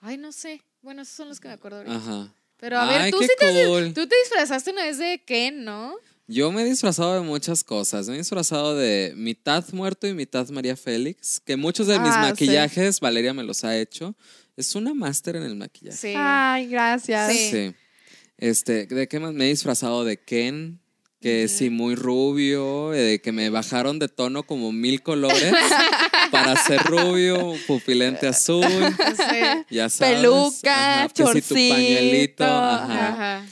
B: Ay, no sé. Bueno, esos son los que me acuerdo ahorita.
A: Ajá.
B: Pero a ver,
A: Ah. Ay,
B: tú
A: qué
B: sí te, dis-
A: cool.
B: tú te disfrazaste una vez de Ken, ¿no?
A: Yo me he disfrazado de muchas cosas. Me he disfrazado de mitad muerto y mitad María Félix, que muchos de mis
C: Ah, sí.
A: maquillajes Valeria me los ha hecho. Es una máster en el maquillaje.
B: Sí.
C: Ay, gracias.
B: Sí.
A: Este, ¿de qué más? Me he disfrazado de Ken, que sí, muy rubio, eh, de que me bajaron de tono como mil colores para ser rubio, pupilente azul,
B: Sí.
A: ya sabes.
C: Peluca,
A: pues sí, tu
C: chorcito,
A: pañuelito, ajá.
B: Ajá.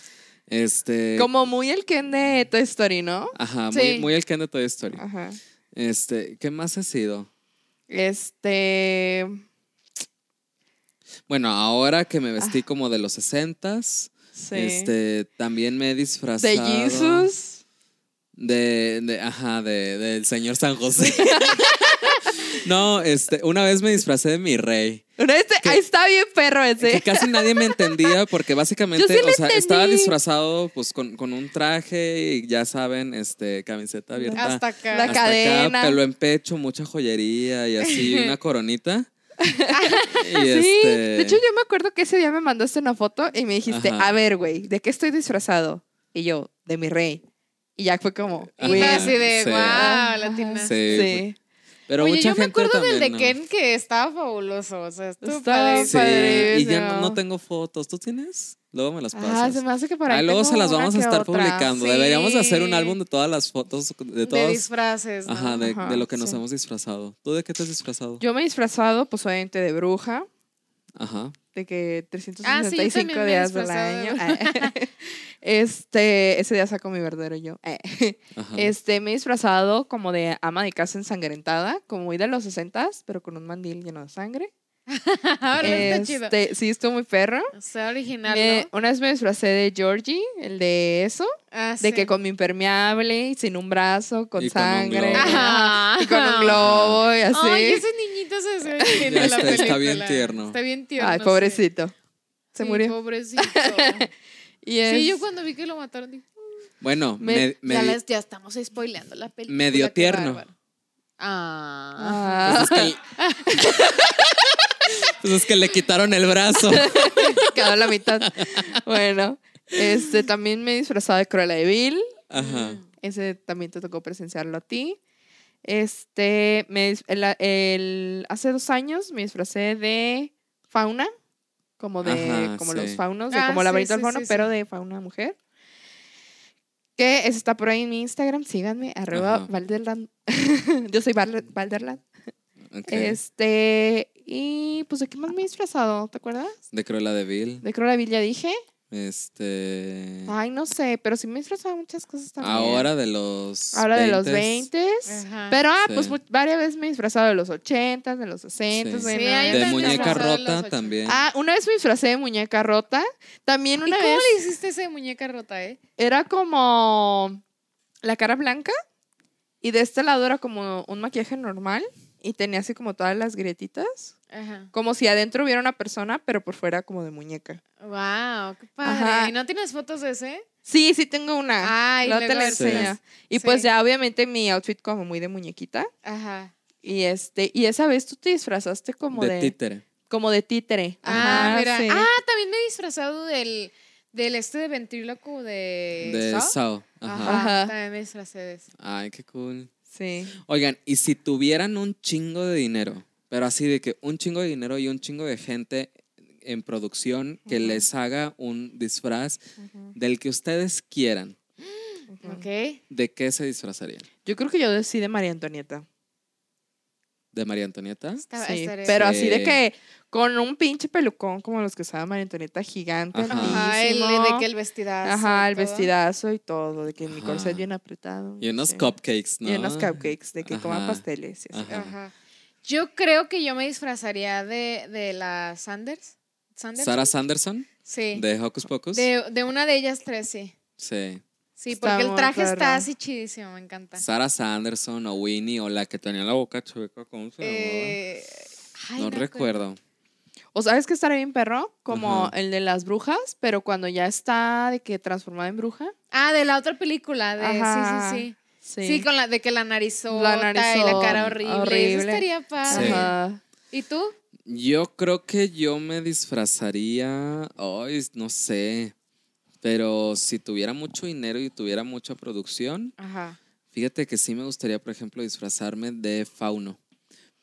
A: Este,
C: Como muy el Ken de Toy Story, ¿no?
A: ajá,
B: Sí.
A: muy, muy el Ken de Toy Story.
C: Ajá.
A: Este, ¿qué más he sido?
C: Este.
A: Bueno, ahora que me vestí como de los 60
C: Ah. Sí.
A: este, también me he disfrazado.
C: de Jesus.
A: De, de- ajá, de, del señor San José. no, este, una vez me disfracé de mi rey.
C: Pero este- ahí está bien perro
A: Que
C: ese.
A: casi nadie me entendía porque básicamente,
C: Yo sí lo
A: o sea,
C: entendí.
A: estaba disfrazado pues con, con un traje y ya saben, este, camiseta abierta.
B: Hasta acá.
C: La- cadena.
A: pelo en pecho, mucha joyería y así, una coronita. y
C: Ah, Sí,
A: este,
C: de hecho yo me acuerdo que ese día me mandaste una foto y me dijiste,
A: Ajá.
C: a ver, güey, ¿de qué estoy disfrazado? Y yo, de mi rey. Y ya fue como,
A: Ajá.
B: Y
C: güey.
B: yo así de,
A: Sí.
B: wow,
C: Ajá.
B: la
A: sí,
B: tienda.
C: Sí.
A: Pero
B: Oye,
A: mucha
B: yo me
A: gente
B: acuerdo del de
A: también, ¿no?
B: Ken que estaba fabuloso. O sea, estuvo
C: Estaba
A: Sí,
B: padrísimo.
A: y ya no,
C: Padrísimo.
A: no tengo fotos. ¿Tú tienes? Luego me las pasas.
C: Ah, se me hace que para
A: Ahí luego se las vamos a estar publicando.
B: sí.
A: Deberíamos hacer un álbum de todas las fotos, de
B: De
A: todas.
B: disfraces. ¿no?
A: ajá, de,
C: Ajá,
A: de lo que nos
C: sí.
A: hemos disfrazado. ¿Tú de qué te has disfrazado?
C: Yo me he disfrazado, pues obviamente de bruja,
A: Ajá.
C: de que
B: Ah, sí, yo
C: 365
B: también me he
C: días del
B: disfrazado de
C: año. este, ese día saco mi verdadero yo.
A: Ajá.
C: Este, me he disfrazado como de ama de casa ensangrentada, como muy de los 60 pero con un mandil lleno de sangre.
B: Ahora está chido.
C: Este, sí, estuvo muy perro.
B: O sea, original,
C: Me-
B: ¿no?
C: Una vez me disfracé de Georgie, el de eso,
B: Ah,
C: de
B: sí.
C: que con mi impermeable y sin un brazo, con
A: Y con un
C: sangre.
A: globo.
B: Ajá.
C: Y con un globo y así.
B: Ay, ese niñito se ve lindo en la
A: está- está bien
B: película.
A: tierno.
B: Está bien tierno.
C: Ay,
B: sí.
C: pobrecito. Se
B: Sí,
C: murió.
B: Pobrecito.
C: Y
B: Sí,
C: es-
B: yo cuando vi que lo mataron dije,
A: Bueno,
C: me-
A: me, me
B: ya,
A: di-
B: las- ya estamos spoileando la película.
A: Medio
B: qué
A: tierno.
B: bárbaro. Ah.
C: Ah.
A: pues es que- Pues es que le quitaron el brazo.
C: Quedó la mitad. Bueno, este también me disfrazaba de Cruella de Vil.
A: Ajá.
C: Mm. Ese también te tocó presenciarlo a ti. Este, me, dis- el, el- hace dos años me disfracé de fauna, como de
A: Ajá,
C: como
A: sí.
C: los faunos, de
B: Ah,
C: como
B: sí,
C: laberinto del
B: sí,
C: fauno,
B: sí, sí.
C: pero de fauna mujer. Que eso está por ahí en mi Instagram, síganme, arroba
A: Ajá.
C: Valderland. Yo soy Val- Valderland.
A: ok.
C: Este, y pues, ¿de qué más me he disfrazado? ¿Te acuerdas?
A: De Cruella de Vil.
C: De Cruella de Vil ya dije.
A: Este.
C: Ay, no sé, pero sí me he disfrazado de muchas cosas también.
A: Ahora de los.
C: Ahora de los
A: 20s.
C: 20.
B: Ajá.
C: Pero, ah,
A: Sí.
C: pues mu- varias veces me he disfrazado de los 80, de los 60.
A: Sí.
C: bueno.
B: Sí, hay
A: De
B: Yo también
A: muñeca
B: me acuerdo de los
A: rota ¿eh?
B: ochenta.
A: también.
C: Ah, una vez me disfracé de muñeca rota. También
B: ¿Y
C: una
B: cómo
C: vez
B: le hiciste ese muñeca rota, eh?
C: era como la cara blanca y de este lado era como un maquillaje normal y tenía así como todas las grietitas.
B: Ajá.
C: Como si adentro hubiera una persona, pero por fuera como de muñeca.
B: Wow, qué padre.
C: Ajá.
B: ¿Y no tienes fotos de ese?
C: Sí, sí tengo una.
B: Ay,
C: Luego
B: luego
C: Ah, te la
B: las-
C: enseño. Y
B: Sí.
C: pues ya obviamente mi outfit como muy de muñequita.
B: Ajá.
C: Y este, y esa vez tú te disfrazaste como
A: de,
C: de,
A: títere.
C: como de títere.
B: Ah,
C: Ajá,
B: mira.
C: sí.
B: Ah, también me he disfrazado del, del este de ventríloco de.
A: De
B: ¿Saw?
A: Sao. Ajá.
B: Ajá.
C: Ajá.
B: También me disfracé de ese.
A: Ay, qué cool.
C: Sí.
A: Oigan, y si tuvieran un chingo de dinero, pero así de que un chingo de dinero y un chingo de gente en producción que
C: Ujú.
A: les haga un disfraz del que ustedes quieran,
B: Ok.
A: ¿de qué se disfrazarían?
C: Yo creo que yo decidí de María Antonieta.
A: ¿De María Antonieta?
B: Está-
C: Sí,
B: estaré-
C: Pero así de
A: Sí.
C: que con un pinche pelucón como los que usaba María Antonieta, gigante,
A: Ajá.
B: Ajá, el,
C: altísimo.
B: de que el vestidazo.
C: Ajá,
B: y
C: el
B: todo.
C: vestidazo y todo, de que mi corset
A: Ajá.
C: bien apretado.
A: Y unos
C: sí.
A: cupcakes, ¿no?
C: Y unos cupcakes, de que coman
A: Ajá.
C: pasteles. y así.
A: Ajá.
B: Ajá. Yo creo que yo me disfrazaría de, de la Sanders. ¿Sanders?
A: Sarah Sanderson,
B: Sí.
A: de Hocus Pocus.
B: De, de una de ellas tres, sí.
A: Sí.
B: Sí,
C: Está
B: porque
C: muy
B: el traje está
C: perro.
B: así chidísimo, me encanta.
A: Sarah Sanderson o Winnie o la que tenía la boca chueca. ¿Cómo se llamaba?
B: Eh, ay,
A: no
B: me acuerdo.
A: recuerdo.
C: O sabes que estaría bien perro, como
A: Ajá.
C: el de las brujas, pero cuando ya está de que transformada en bruja.
B: Ah, de la otra película, de
C: Ajá.
B: sí, sí, sí. Sí, con la de que la narizota y la
C: narizota,
B: cara horrible.
C: horrible.
B: Eso estaría padre.
A: Sí.
C: Ajá.
B: ¿Y tú?
A: Yo creo que yo me disfrazaría, ay, no sé, pero si tuviera mucho dinero y tuviera mucha producción,
C: Ajá.
A: fíjate que sí me gustaría, por ejemplo, disfrazarme de fauno.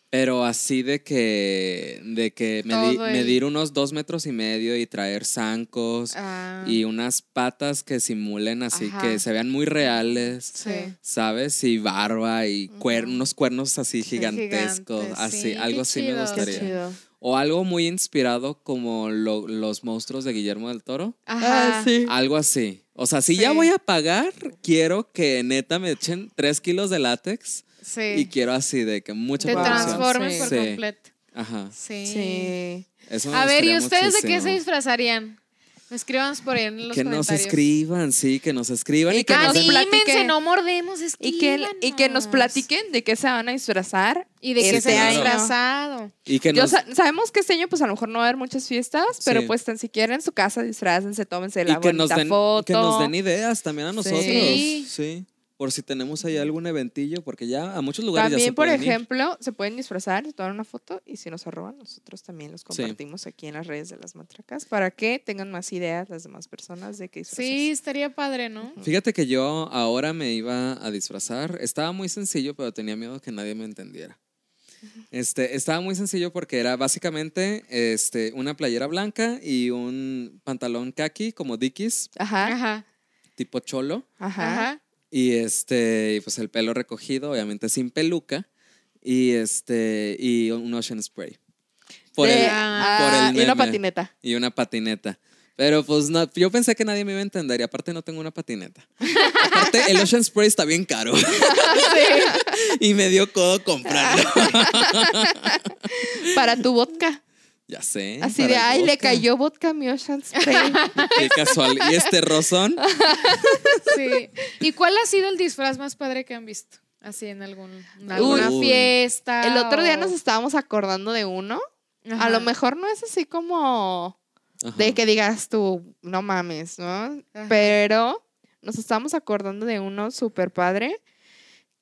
A: Pero así de que, de que medi-
B: Todo el-
A: medir unos dos metros y medio y traer zancos
B: Ah,
A: y unas patas que simulen así,
C: Ajá.
A: que se vean muy reales.
B: sí.
A: ¿Sabes? Y barba y cuer-
C: Ujú.
A: unos cuernos así gigantescos,
B: gigantes,
A: así,
B: sí,
A: algo
B: qué
A: así me
B: chido. Qué
C: Qué
A: gustaría.
C: chido.
A: O algo muy inspirado como lo- los monstruos de Guillermo del Toro.
B: Ajá.
C: Ah, sí.
A: Algo así. O sea, si
B: Sí.
A: ya voy a pagar, quiero que neta me echen tres kilos de látex
B: sí.
A: y quiero así de que mucha
B: Te
C: Wow.
A: producción.
B: transformes
C: Sí.
B: por
A: Sí.
B: completo.
A: Ajá.
B: Sí.
C: Sí.
A: Eso me
B: A ver, ¿y
A: gustaría
B: ustedes de qué se
A: muchísimo.
B: disfrazarían? Escríbanos por ahí en los
A: Que
B: comentarios.
A: nos escriban, sí, que nos escriban y,
C: Y
A: que
C: que
A: nos
C: nos
A: den-
C: plat-
B: Anímense,
C: platiquen.
B: no mordemos,
C: Y que, y que nos platiquen de qué se van a disfrazar.
B: Y de
A: este
B: qué se han
A: año.
B: disfrazado.
A: y que
C: Yo
A: nos-
C: sa- sabemos que este año pues a lo mejor no va a haber muchas fiestas, pero
A: Sí.
C: pues tan siquiera en su casa disfrácense, tómense la
A: y que nos
C: bonita
A: den,
C: foto.
A: que nos den ideas también a nosotros.
B: Sí.
A: Sí. Por si tenemos ahí algún eventillo, porque ya a muchos lugares ya se
C: también, por
A: pueden ir.
C: ejemplo, se pueden disfrazar, se toman una foto y si nos arroban, nosotros también los
A: Sí.
C: compartimos aquí en las redes de las matracas para que tengan más ideas las demás personas de qué disfrazarse.
B: Sí, estaría padre, ¿no?
A: Fíjate que yo ahora me iba a disfrazar. Estaba muy sencillo, pero tenía miedo que nadie me entendiera. Este, estaba muy sencillo porque era básicamente este, una playera blanca y un pantalón khaki como Dickies,
C: Ajá,
B: Ajá.
A: tipo cholo.
C: ajá.
B: Ajá.
A: Y este, y pues el pelo recogido, obviamente sin peluca. Y este, y un ocean spray. Por
C: De-
A: el-
C: ah,
A: por el
C: y una
A: meme.
C: patineta.
A: y una patineta. Pero pues no, yo pensé que nadie me iba a entender y aparte no tengo una patineta. Aparte el Ocean Spray está bien caro y me dio codo comprarlo.
C: Ah. Para tu vodka.
A: Ya sé.
C: Así
A: para
C: de,
A: el
C: ay, le
A: vodka.
C: cayó vodka a mi Ocean Spray.
A: Qué casual. Y este rozón,
B: Sí. ¿Y cuál ha sido el disfraz más padre que han visto? Así en algún, en alguna
A: Uy.
B: fiesta.
C: El otro día
B: o-
C: nos estábamos acordando de uno.
B: Ajá.
C: A lo mejor no es así como
A: Ajá.
C: de que digas tú, no mames, ¿no?
B: Ajá.
C: Pero nos estábamos acordando de uno súper padre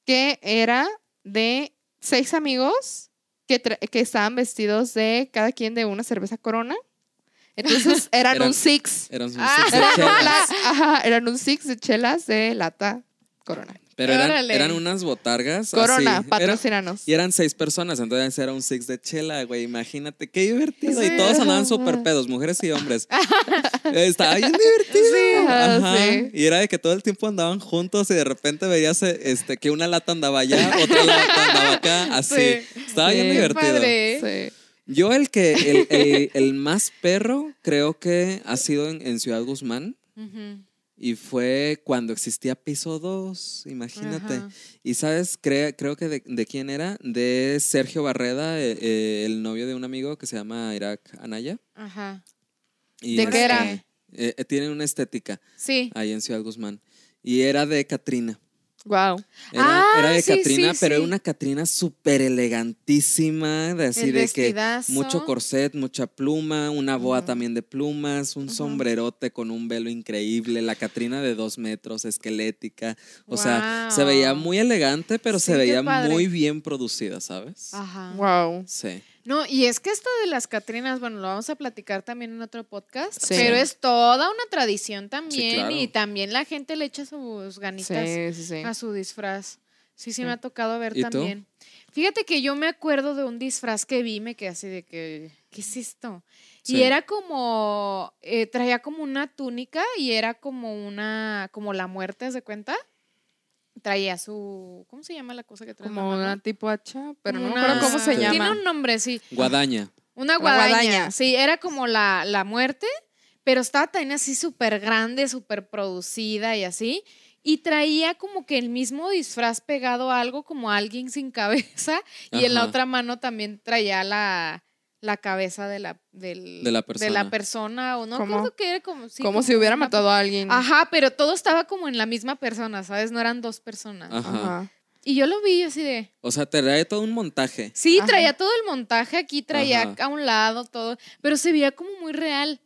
C: que era de seis amigos que, tra- que estaban vestidos de cada quien de una cerveza corona. Entonces eran,
A: Eran-
C: un six.
A: Eran sus
B: Ah,
A: six
C: Eran,
A: chelas,
C: las- ajá, eran un six de chelas de lata corona.
A: Pero eran,
B: Órale.
A: eran unas botargas.
C: Corona,
A: así. Era-
C: patrocinanos.
A: y eran seis personas, entonces era un six de chela, güey. Imagínate, qué divertido.
C: Sí.
A: Y todos andaban súper pedos, mujeres y hombres. Estaba bien divertido.
C: Sí, ajá,
A: Ajá.
C: sí.
A: Y era de que todo el tiempo andaban juntos y de repente veías eh, este, que una lata andaba allá, otra lata andaba acá, así.
B: Sí.
A: Estaba
C: Sí.
A: bien divertido.
B: Padre. ¿eh?
C: Sí.
A: Yo el que, el, el- el más perro creo que ha sido en, en Ciudad Guzmán
B: Ujú.
A: y fue cuando existía piso 2, imagínate.
B: Ajá.
A: Y sabes, cre- creo que de, de quién era, de Sergio Barreda, eh, eh, el novio de un amigo que se llama Irak Anaya.
B: Ajá.
A: Y
C: ¿De qué era?
A: este, eh, eh, tienen una estética
B: Sí.
A: ahí en Ciudad Guzmán. Y era de Catrina.
C: Wow.
A: Era,
B: Ah,
A: era de
B: sí,
A: Catrina,
B: sí,
A: pero era
B: sí.
A: una Catrina súper elegantísima, de así
B: El
A: de que
B: vestidazo.
A: mucho corset, mucha pluma, una boa también de plumas, un
C: Ujú.
A: sombrerote con un velo increíble, la Catrina de dos metros, esquelética. O sea, se
B: Guau.
A: veía muy elegante, pero
B: Sí,
A: se
B: qué
A: veía
B: padre.
A: muy bien producida, ¿sabes?
B: Ajá.
C: Wow.
A: Sí.
B: No, y es que esto de las Catrinas, bueno, lo vamos a platicar también en otro podcast,
C: Sí.
B: pero es toda una tradición también
A: claro.
B: y también la gente le echa sus ganitas
C: Sí, sí, sí.
B: a su disfraz. Sí, sí,
C: Sí.
B: me ha tocado ver
A: ¿Y tú?
B: también. Fíjate que yo me acuerdo de un disfraz que vi, me quedé así de que, ¿qué es esto?
A: sí.
B: Y era como, eh, traía como una túnica y era como una, como la muerte, ¿haz de cuenta? Traía su, ¿cómo se llama la cosa que trae? en la
C: Como
B: mano?
C: una tipo hacha, pero no
B: Como
C: me acuerdo
B: una-
C: cómo se
A: Tiene
C: llama.
B: Tiene un nombre, sí.
A: Guadaña.
B: Una
C: Una guadaña.
B: guadaña. Sí, era como la, la muerte, pero estaba también así súper grande, súper producida y así. Y traía como que el mismo disfraz pegado a algo, como alguien sin cabeza. Y en la
A: Ajá.
B: otra mano también traía la, la cabeza de la, del-
A: De la persona.
B: persona, o no
C: ¿Cómo?
B: creo que era como... sí,
C: como si hubiera
B: una-
C: matado a alguien.
B: Ajá, pero todo estaba como en la misma persona, ¿sabes? No eran dos personas.
A: Ajá.
C: Ajá.
B: Y yo lo vi así de...
A: O sea, te trae todo un montaje.
B: Sí,
C: Ajá.
B: traía todo el montaje aquí, traía
A: Ajá.
B: a un lado todo, pero se veía como muy real.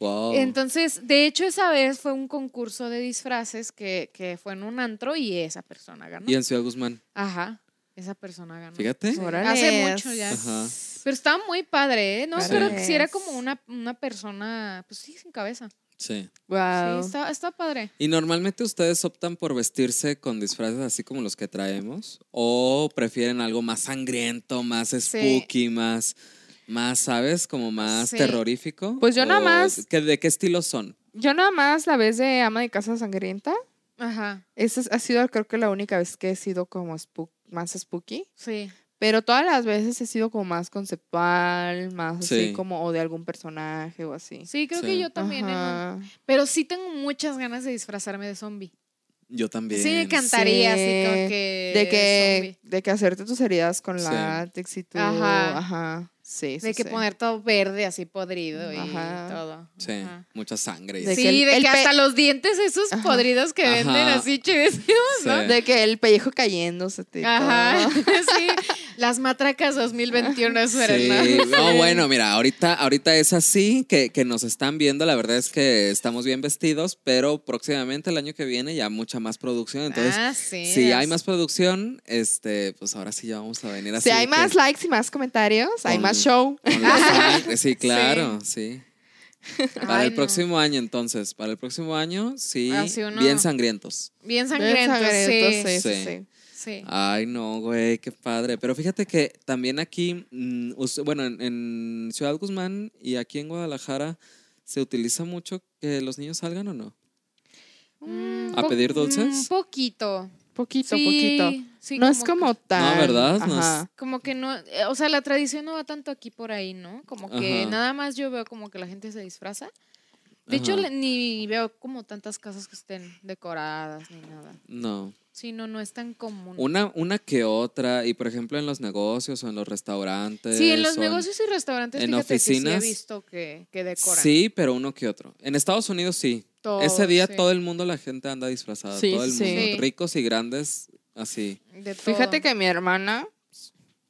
A: Wow.
B: Entonces, de hecho, esa vez fue un concurso de disfraces que, que fue en un antro y esa persona ganó.
A: y en Ciudad Guzmán.
B: Ajá, esa persona ganó.
A: Fíjate.
B: Sí,
C: Órale.
B: Hace mucho ya.
A: Ajá.
B: Pero estaba muy padre, ¿eh? No,
A: Sí.
B: pero si era como una, una persona, pues sí, sin cabeza.
A: Sí.
C: Wow.
B: Sí, está, está padre.
A: ¿Y normalmente ustedes optan por vestirse con disfraces así como los que traemos? ¿O prefieren algo más sangriento, más spooky, más, más, ¿sabes? Como más
B: Sí.
A: terrorífico.
C: Pues yo nada
A: ¿O
C: más-
A: que- ¿De qué estilo son?
C: Yo nada más la vez de ama de casa sangrienta.
B: Ajá,
C: Esa es- ha sido creo que la única vez que he sido como spook- más spooky.
B: sí.
C: Pero todas las veces he sido como más conceptual, más así
A: Sí.
C: como o de algún personaje o así.
B: Sí, creo
A: Sí.
B: que yo también. ¿eh?
C: Ajá.
B: Pero sí tengo muchas ganas de disfrazarme de zombie.
A: Yo también.
B: Sí, me encantaría, así como
C: Sí.
B: que.
C: De
B: eh, zombie.
C: que, de que hacerte tus heridas con
A: Sí.
C: látex y tú. Ajá.
B: Ajá.
C: Sí, sí.
B: De que
C: sí.
B: poner todo verde, así podrido
C: Ajá.
B: y todo.
A: Sí,
B: Ajá.
A: mucha sangre. y
C: De
A: así.
B: Sí,
C: que el-
B: de
C: el
B: que
C: pe-
B: hasta los dientes esos
C: Ajá.
B: podridos que venden
A: Ajá.
B: así chivísimos,
A: Sí.
B: ¿no?
C: De que el pellejo cayéndose. te-
B: Ajá,
C: todo.
B: sí. Las matracas 2021 es
A: Sí, no, bueno, mira, ahorita, ahorita es así que, que nos están viendo, la verdad es que estamos bien vestidos, pero próximamente el año que viene ya mucha más producción, entonces
B: ah, sí.
A: si hay más producción, este, pues ahora sí ya vamos a venir así.
C: Si hay
A: que-
C: más likes y más comentarios, hay
A: Con-
C: más show.
A: con la sangre. Sí, claro, sí. Para
B: Ay,
A: el
B: no.
A: próximo año entonces, para el próximo año sí,
B: Así uno-
A: bien sangrientos.
B: Bien
C: Bien
B: sangrientos,
C: sangrientos,
B: sí.
C: sí, sí,
A: Sí.
C: sí.
B: sí.
A: Ay, no, güey, qué padre. Pero fíjate que también aquí, mm, us- bueno, en, en Ciudad Guzmán y aquí en Guadalajara se utiliza mucho que los niños salgan o no.
B: Mm,
A: ¿A
B: po-
A: pedir dulces?
B: Un poquito.
C: Poquito,
B: Sí,
C: poquito.
B: sí,
C: no es como tan.
A: ¿verdad? No es-
C: Ajá.
B: Como que no, eh, o sea, la tradición no va tanto aquí por ahí, ¿no? Como que
A: Ajá.
B: nada más yo veo como que la gente se disfraza. De hecho,
A: Ajá.
B: le- ni veo como tantas casas que estén decoradas ni nada.
A: No.
B: Sí, no, no es tan común.
A: Una, una que otra, y por ejemplo en los negocios o en los restaurantes.
B: sí, en los
A: o
B: negocios y restaurantes,
A: en
B: fíjate que
A: oficinas.
B: sí he visto que, que decoran.
A: Sí, pero uno que otro. En Estados Unidos sí.
B: todo,
A: Ese día
B: sí,
A: todo el mundo, la gente anda disfrazada.
C: Sí,
A: todo el
C: sí.
A: mundo.
B: Sí.
A: Ricos y grandes, así.
B: de
C: Fíjate
B: todo.
C: que mi hermana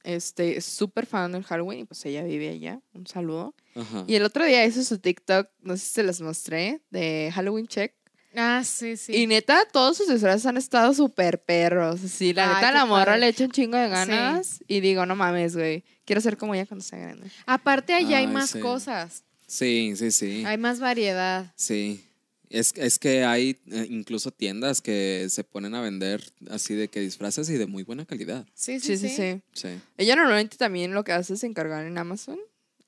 C: este, es súper fan del Halloween y pues ella vive allá. Un saludo.
A: Ajá.
C: Y el otro día hizo su TikTok, no sé si se los mostré, de Halloween Check.
B: Ah, sí, sí.
C: Y neta, todos sus disfraces han estado súper perros. Sí, la
B: Ay,
C: neta,
B: qué
C: la morra
B: padre.
C: le echa un chingo de ganas. Y digo, no mames, güey. Quiero ser como ella cuando sea grande.
B: Aparte allá hay
A: Ay,
B: más
A: sí.
B: cosas,
A: Sí, sí, sí.
B: hay más variedad.
A: Sí. Es, es que hay eh, incluso tiendas que se ponen a vender así de que disfraces y de muy buena calidad.
B: Sí,
C: Sí,
B: sí,
C: sí, sí.
A: Sí.
C: Ella normalmente también lo que hace es encargar en Amazon.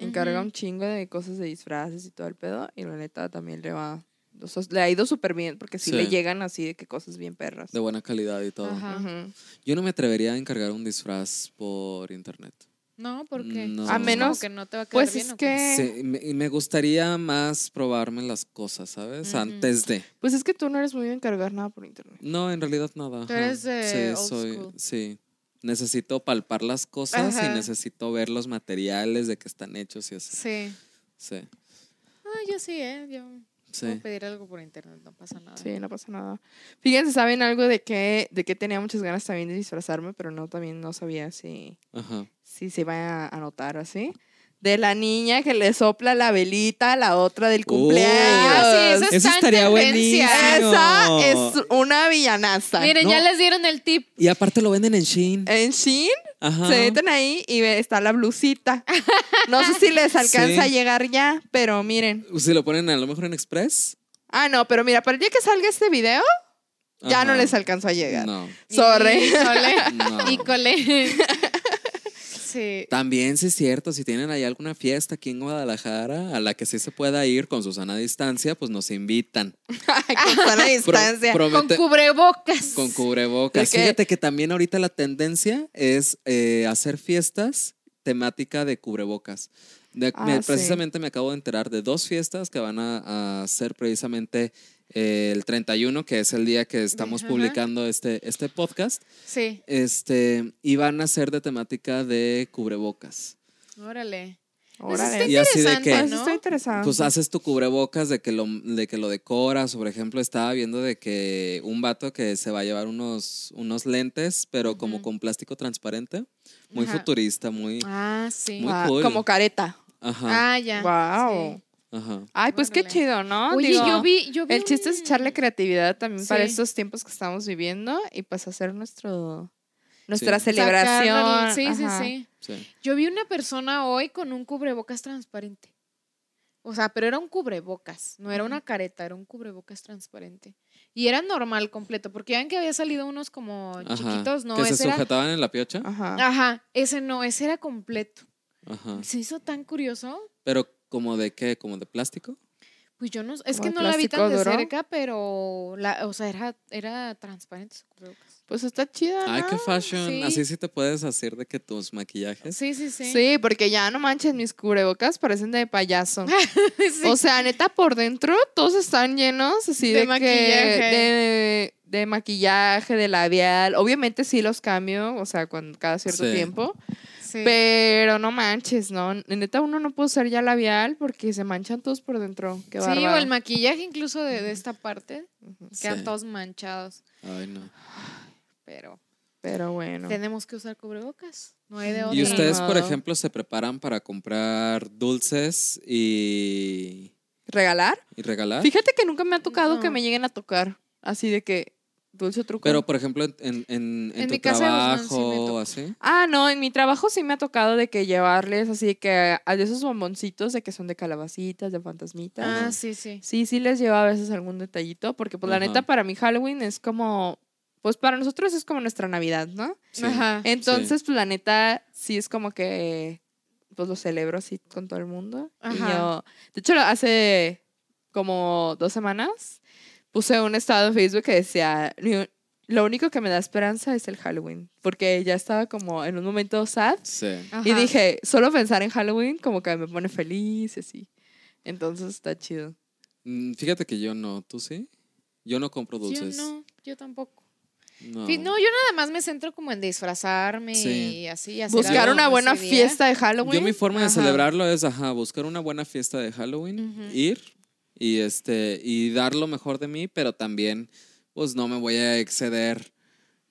C: Encarga
B: Ujú.
C: un chingo de cosas de disfraces y todo el pedo. Y la neta también le va. o sea, le ha ido súper bien porque sí,
A: Sí.
C: le llegan así de que cosas bien perras.
A: De buena calidad y todo.
B: Ajá.
C: Ujú.
A: Yo no me atrevería a encargar un disfraz por internet.
B: No, porque
A: No.
C: A menos-
B: que no te va a quedar
C: Pues
B: bien,
C: es
B: ¿o qué?
C: que.
A: Sí, me, me gustaría más probarme las cosas, ¿sabes?
B: Ujú.
A: Antes de.
C: Pues es que tú no eres muy de encargar nada por internet.
A: No, en realidad nada.
B: Tú
A: ajá.
B: eres de old school.
A: Sí. Necesito palpar las cosas
B: Ajá.
A: y necesito ver los materiales de que están hechos y así.
B: Sí.
A: Sí.
B: Ah, yo sí, ¿eh? Yo puedo
A: Sí.
B: pedir algo por internet, no pasa nada.
C: Sí, no pasa nada. Fíjense, ¿saben algo de que, de que tenía muchas ganas también de disfrazarme, pero no también no sabía si,
A: Ajá.
C: si se iba a notar así? De la niña que le sopla la velita a la otra del cumpleaños.
B: Ah, sí, esa es-
A: Eso
B: está en
A: estaría buenísimo.
B: tendencia.
C: Esa es una villanaza.
B: Miren,
A: No.
B: ya les dieron el tip.
A: Y aparte lo venden en Shein.
B: Eh,
C: En Shein
A: Ajá.
C: se meten ahí y ve- está la blusita. No sé si les alcanza
A: Sí.
C: a llegar ya, pero miren.
A: Si lo ponen a lo mejor en Express.
C: Ah, no, pero mira, para el día que salga este video, ya no
A: ajá.
C: les alcanzó a llegar.
A: No.
C: Sorry.
B: Híjole.
A: No.
B: Híjole. Sí.
A: También sí es cierto, si tienen ahí alguna fiesta aquí en Guadalajara a la que sí se pueda ir con Susana a distancia, pues nos invitan.
C: que están a
A: Pro-
C: distancia.
B: Con
A: promete-
B: cubrebocas.
A: con cubrebocas.
C: Es que-
A: Fíjate que también ahorita la tendencia es eh, hacer fiestas temática de cubrebocas. De-
C: Ah,
A: me-
C: sí.
A: precisamente me acabo de enterar de dos fiestas que van a, a ser precisamente eh, el 31, que es el día que estamos
B: Ajá.
A: publicando este, este podcast,
B: Sí.
A: este, y van a ser de temática de cubrebocas.
B: Órale. Pues
C: Órale.
B: Está
A: Y así de
B: interesante,
A: que-
C: Pues
B: ¿no?
C: está
B: Ah,
C: interesante.
A: Pues haces tu cubrebocas de que, lo, de que lo decoras. Por ejemplo, estaba viendo de que un vato que se va a llevar unos, unos lentes, pero como
B: Ujú.
A: con plástico transparente. Muy
B: Ajá.
A: futurista, muy...
B: Ah, sí.
A: Muy
C: Ah,
A: cool.
C: Como careta.
A: Ajá,
B: Ah, ya.
C: Wow.
B: Sí.
A: ajá.
C: Ay, pues qué
B: Órale.
C: chido, ¿no?
B: Oye,
C: Digo,
B: yo vi, yo vi
C: El chiste es
B: un-
C: echarle creatividad también para
B: Sí.
C: estos tiempos que estamos viviendo y pues hacer nuestro nuestra
A: Sí.
C: celebración.
B: sacar el- Sí,
C: Ajá.
B: sí, sí.
A: Sí.
B: Yo vi una persona hoy con un cubrebocas transparente. O sea, pero era un cubrebocas, no era una careta, era un cubrebocas transparente. Y era normal completo, porque ya ven que había salido unos como
A: Ajá.
B: chiquitos, no,
A: que se
B: ese era... Ah.
A: sujetaban en la piocha.
C: Ajá.
B: Ajá, ese no, ese era completo.
A: Ajá.
B: Se hizo tan curioso.
A: Pero como de qué, como de plástico.
B: Pues yo no, es
C: Como
B: que
C: de
B: no la vi tan
C: plástico
B: de
C: duro.
B: cerca, pero, la, o sea, era, era transparente su cubrebocas.
C: Pues está chida.
A: Ay,
C: ¿no?
A: qué fashion.
B: sí.
A: Así sí te puedes hacer de que tus maquillajes.
B: Sí, sí,
C: Sí.
B: sí.
C: porque ya no manches, mis cubrebocas parecen de payaso.
B: Ah, Sí.
C: O sea, neta, por dentro todos están llenos así
B: De
C: de, que-
B: maquillaje.
C: de, de maquillaje, de labial. Obviamente sí los cambio, o sea, cuando, cada cierto
A: Sí.
C: tiempo.
B: Sí.
C: Pero no manches, ¿no? Neta, uno no puede usar ya labial porque se manchan todos por dentro. Qué
B: Sí,
C: bárbaro.
B: o el maquillaje incluso de, de esta parte, quedan
A: Sí.
B: todos manchados,
A: Ay, no.
B: pero
C: Pero bueno.
B: tenemos que usar cubrebocas, no hay de
C: Y
B: otra.
A: Y ustedes, por
C: modo.
A: ejemplo, se preparan para comprar dulces y,
C: ¿Regalar?
A: y regalar.
C: Fíjate que nunca me ha tocado que
B: No.
C: me lleguen a tocar. Así de que dulce o truco.
A: Pero, por ejemplo, en, en, en, en
B: En
A: tu
B: mi casa de Guzmán sí me
A: trabajo,
B: tocó.
A: así.
C: Ah, no, en mi trabajo sí me ha tocado de que llevarles así de que a de esos bomboncitos de que son de calabacitas, de fantasmitas.
B: Ah,
A: Ajá.
B: sí, sí.
C: Sí, sí les lleva a veces algún detallito, porque pues la
A: Ajá.
C: neta para mí Halloween es como, pues para nosotros es como nuestra Navidad, ¿no?
A: Sí.
B: Ajá.
C: Entonces, pues la neta sí es como que, pues lo celebro así con todo el mundo. Y
B: Ajá.
C: yo, de hecho, hace como dos semanas puse un estado en Facebook que decía, "Lo- lo único que me da esperanza es el Halloween, porque ya estaba como en un momento sad
A: Sí.
C: y
B: Ajá.
C: dije, solo pensar en Halloween como que me pone feliz y así. Entonces está chido.
A: Mm, Fíjate que yo no, ¿tú sí? Yo no compro dulces.
B: Pues, Yo no, yo tampoco.
A: No.
B: Fi- No, yo nada más me centro como en disfrazarme
A: Sí.
B: y así. hacer
C: Buscar
B: algo
C: una
B: ese
C: buena
B: día.
C: fiesta de
A: Yo
C: Halloween.
A: mi forma de
B: Ajá.
A: celebrarlo es, ajá, buscar una buena fiesta de Halloween,
B: Ujú.
A: ir y este y dar lo mejor de mí, pero también pues no me voy a exceder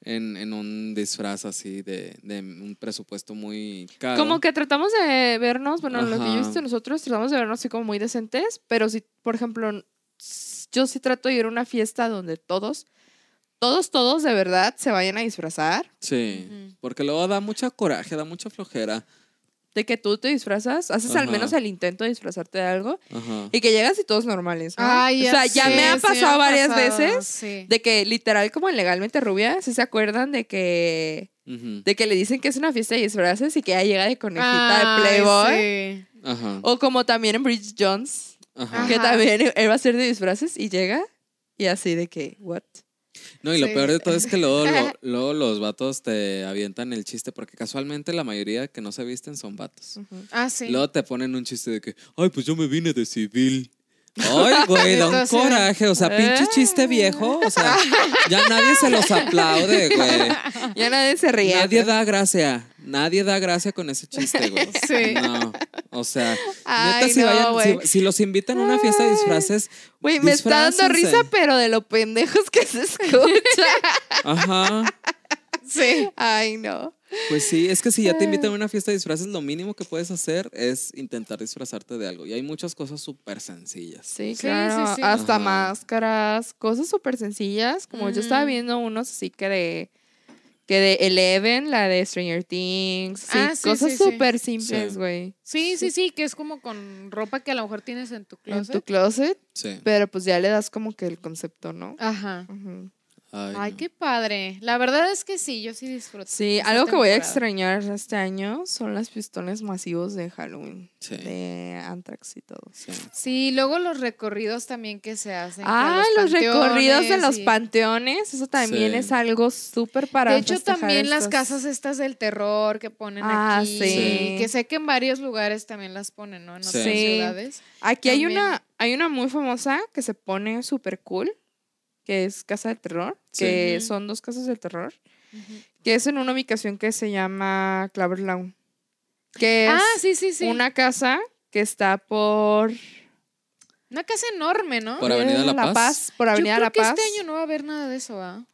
A: en, en un disfraz así de, de un presupuesto muy caro.
C: Como que tratamos de vernos, bueno, los que yo
A: Ajá.
C: hice nosotros, tratamos de vernos así como muy decentes, pero si, por ejemplo, s- Yo sí trato de ir a una fiesta donde todos, todos, todos de verdad se vayan a disfrazar.
A: Sí.
B: Ujú.
A: Porque luego da mucha coraje, da mucha flojera.
C: De que tú te disfrazas, haces al
A: Ajá.
C: menos el intento de disfrazarte de algo
A: Ajá.
C: y que llegas y todos normales. ¿no?
B: Ay,
C: o sea, ya
B: sé,
C: me ha
B: sí
C: pasado
B: ha
C: varias
B: pasado,
C: veces
B: sí.
C: de que literal como en legalmente rubia, si se acuerdan de que
A: Ujú.
C: de que le dicen que es una fiesta de disfraces y que ya llega de conejita
B: Ay,
C: de Playboy.
B: sí.
A: Ajá.
C: O como también en Bridget Jones,
A: Ajá.
C: que
B: Ajá.
C: también él va a ser de disfraces y llega y así de que, what?
A: No, y lo
B: Sí.
A: peor de todo es que luego, lo- luego los vatos te avientan el chiste, porque casualmente la mayoría que no se visten son vatos.
B: Ah, sí.
A: Luego te ponen un chiste de que, ay, pues yo me vine de civil. Ay, güey, da un
B: Entonces-
A: coraje. O sea, pinche
C: Eh.
A: chiste viejo. O sea, ya nadie se los aplaude, güey.
C: Ya nadie se ríe.
A: Nadie
C: ¿no?
A: da gracia. Nadie da gracia con ese chiste, güey.
B: Sí.
A: No. O sea, neta,
C: Ay,
A: si,
C: no,
A: vayan,
C: güey.
A: si, si los invitan a una fiesta de disfraces.
C: Güey, me está dando
A: disfrácense.
C: risa, pero de lo pendejos que se escucha.
A: Ajá.
B: Sí.
C: Ay, no.
A: Pues sí, es que si ya te invitan a una fiesta de disfraces, lo mínimo que puedes hacer es intentar disfrazarte de algo. Y hay muchas cosas súper sencillas.
C: Sí,
B: Sí,
C: claro.
B: sí, sí.
C: Hasta
A: Ajá.
C: máscaras, cosas súper sencillas. Como yo estaba
B: Mm.
C: viendo unos así que de. Que de Eleven, la de Stranger Things. Sí,
B: Ah, sí,
C: cosas
B: sí, sí.
C: súper simples,
A: Sí.
C: güey.
B: Sí, sí, sí, que es como con ropa que a lo mejor tienes en tu
C: En tu
B: closet.
C: closet.
A: Sí.
C: Pero pues ya le das como que el concepto, ¿no?
B: Ajá.
C: Ujú.
A: Ay,
B: Ay,
A: no.
B: qué padre. La verdad es que sí, yo sí disfruto.
C: Sí,
B: esa
C: algo que voy a
B: temporada.
C: extrañar este año son las pistones masivos de Halloween,
A: Sí.
C: de Anthrax y todo.
A: sí.
B: Sí, luego los recorridos también que se hacen. que
C: Ah,
B: a
C: los, recorridos de
B: panteones
C: los
B: y-
C: panteones, eso también
A: Sí.
C: es algo súper para
B: De hecho,
C: festejar
B: también las
C: estos-
B: casas estas del terror que ponen
C: Ah,
B: aquí.
C: sí.
B: Que sé que en varios lugares también las ponen, ¿no? En otras
A: Sí.
B: ciudades.
C: Aquí hay
B: también.
C: una, hay una muy famosa que se pone súper cool, que es Casa del Terror,
A: Sí.
C: que
B: Ujú.
C: son dos casas del terror, que es en una ubicación que se llama Claver Lawn, que es
B: Ah, sí, sí, sí. Una,
C: una casa que está por
B: casa enorme, ¿no?
A: Por Avenida La Paz.
C: por Avenida
B: yo creo
C: La
B: que
C: Paz.
B: este año no va a haber nada de eso, ¿ah? ¿va?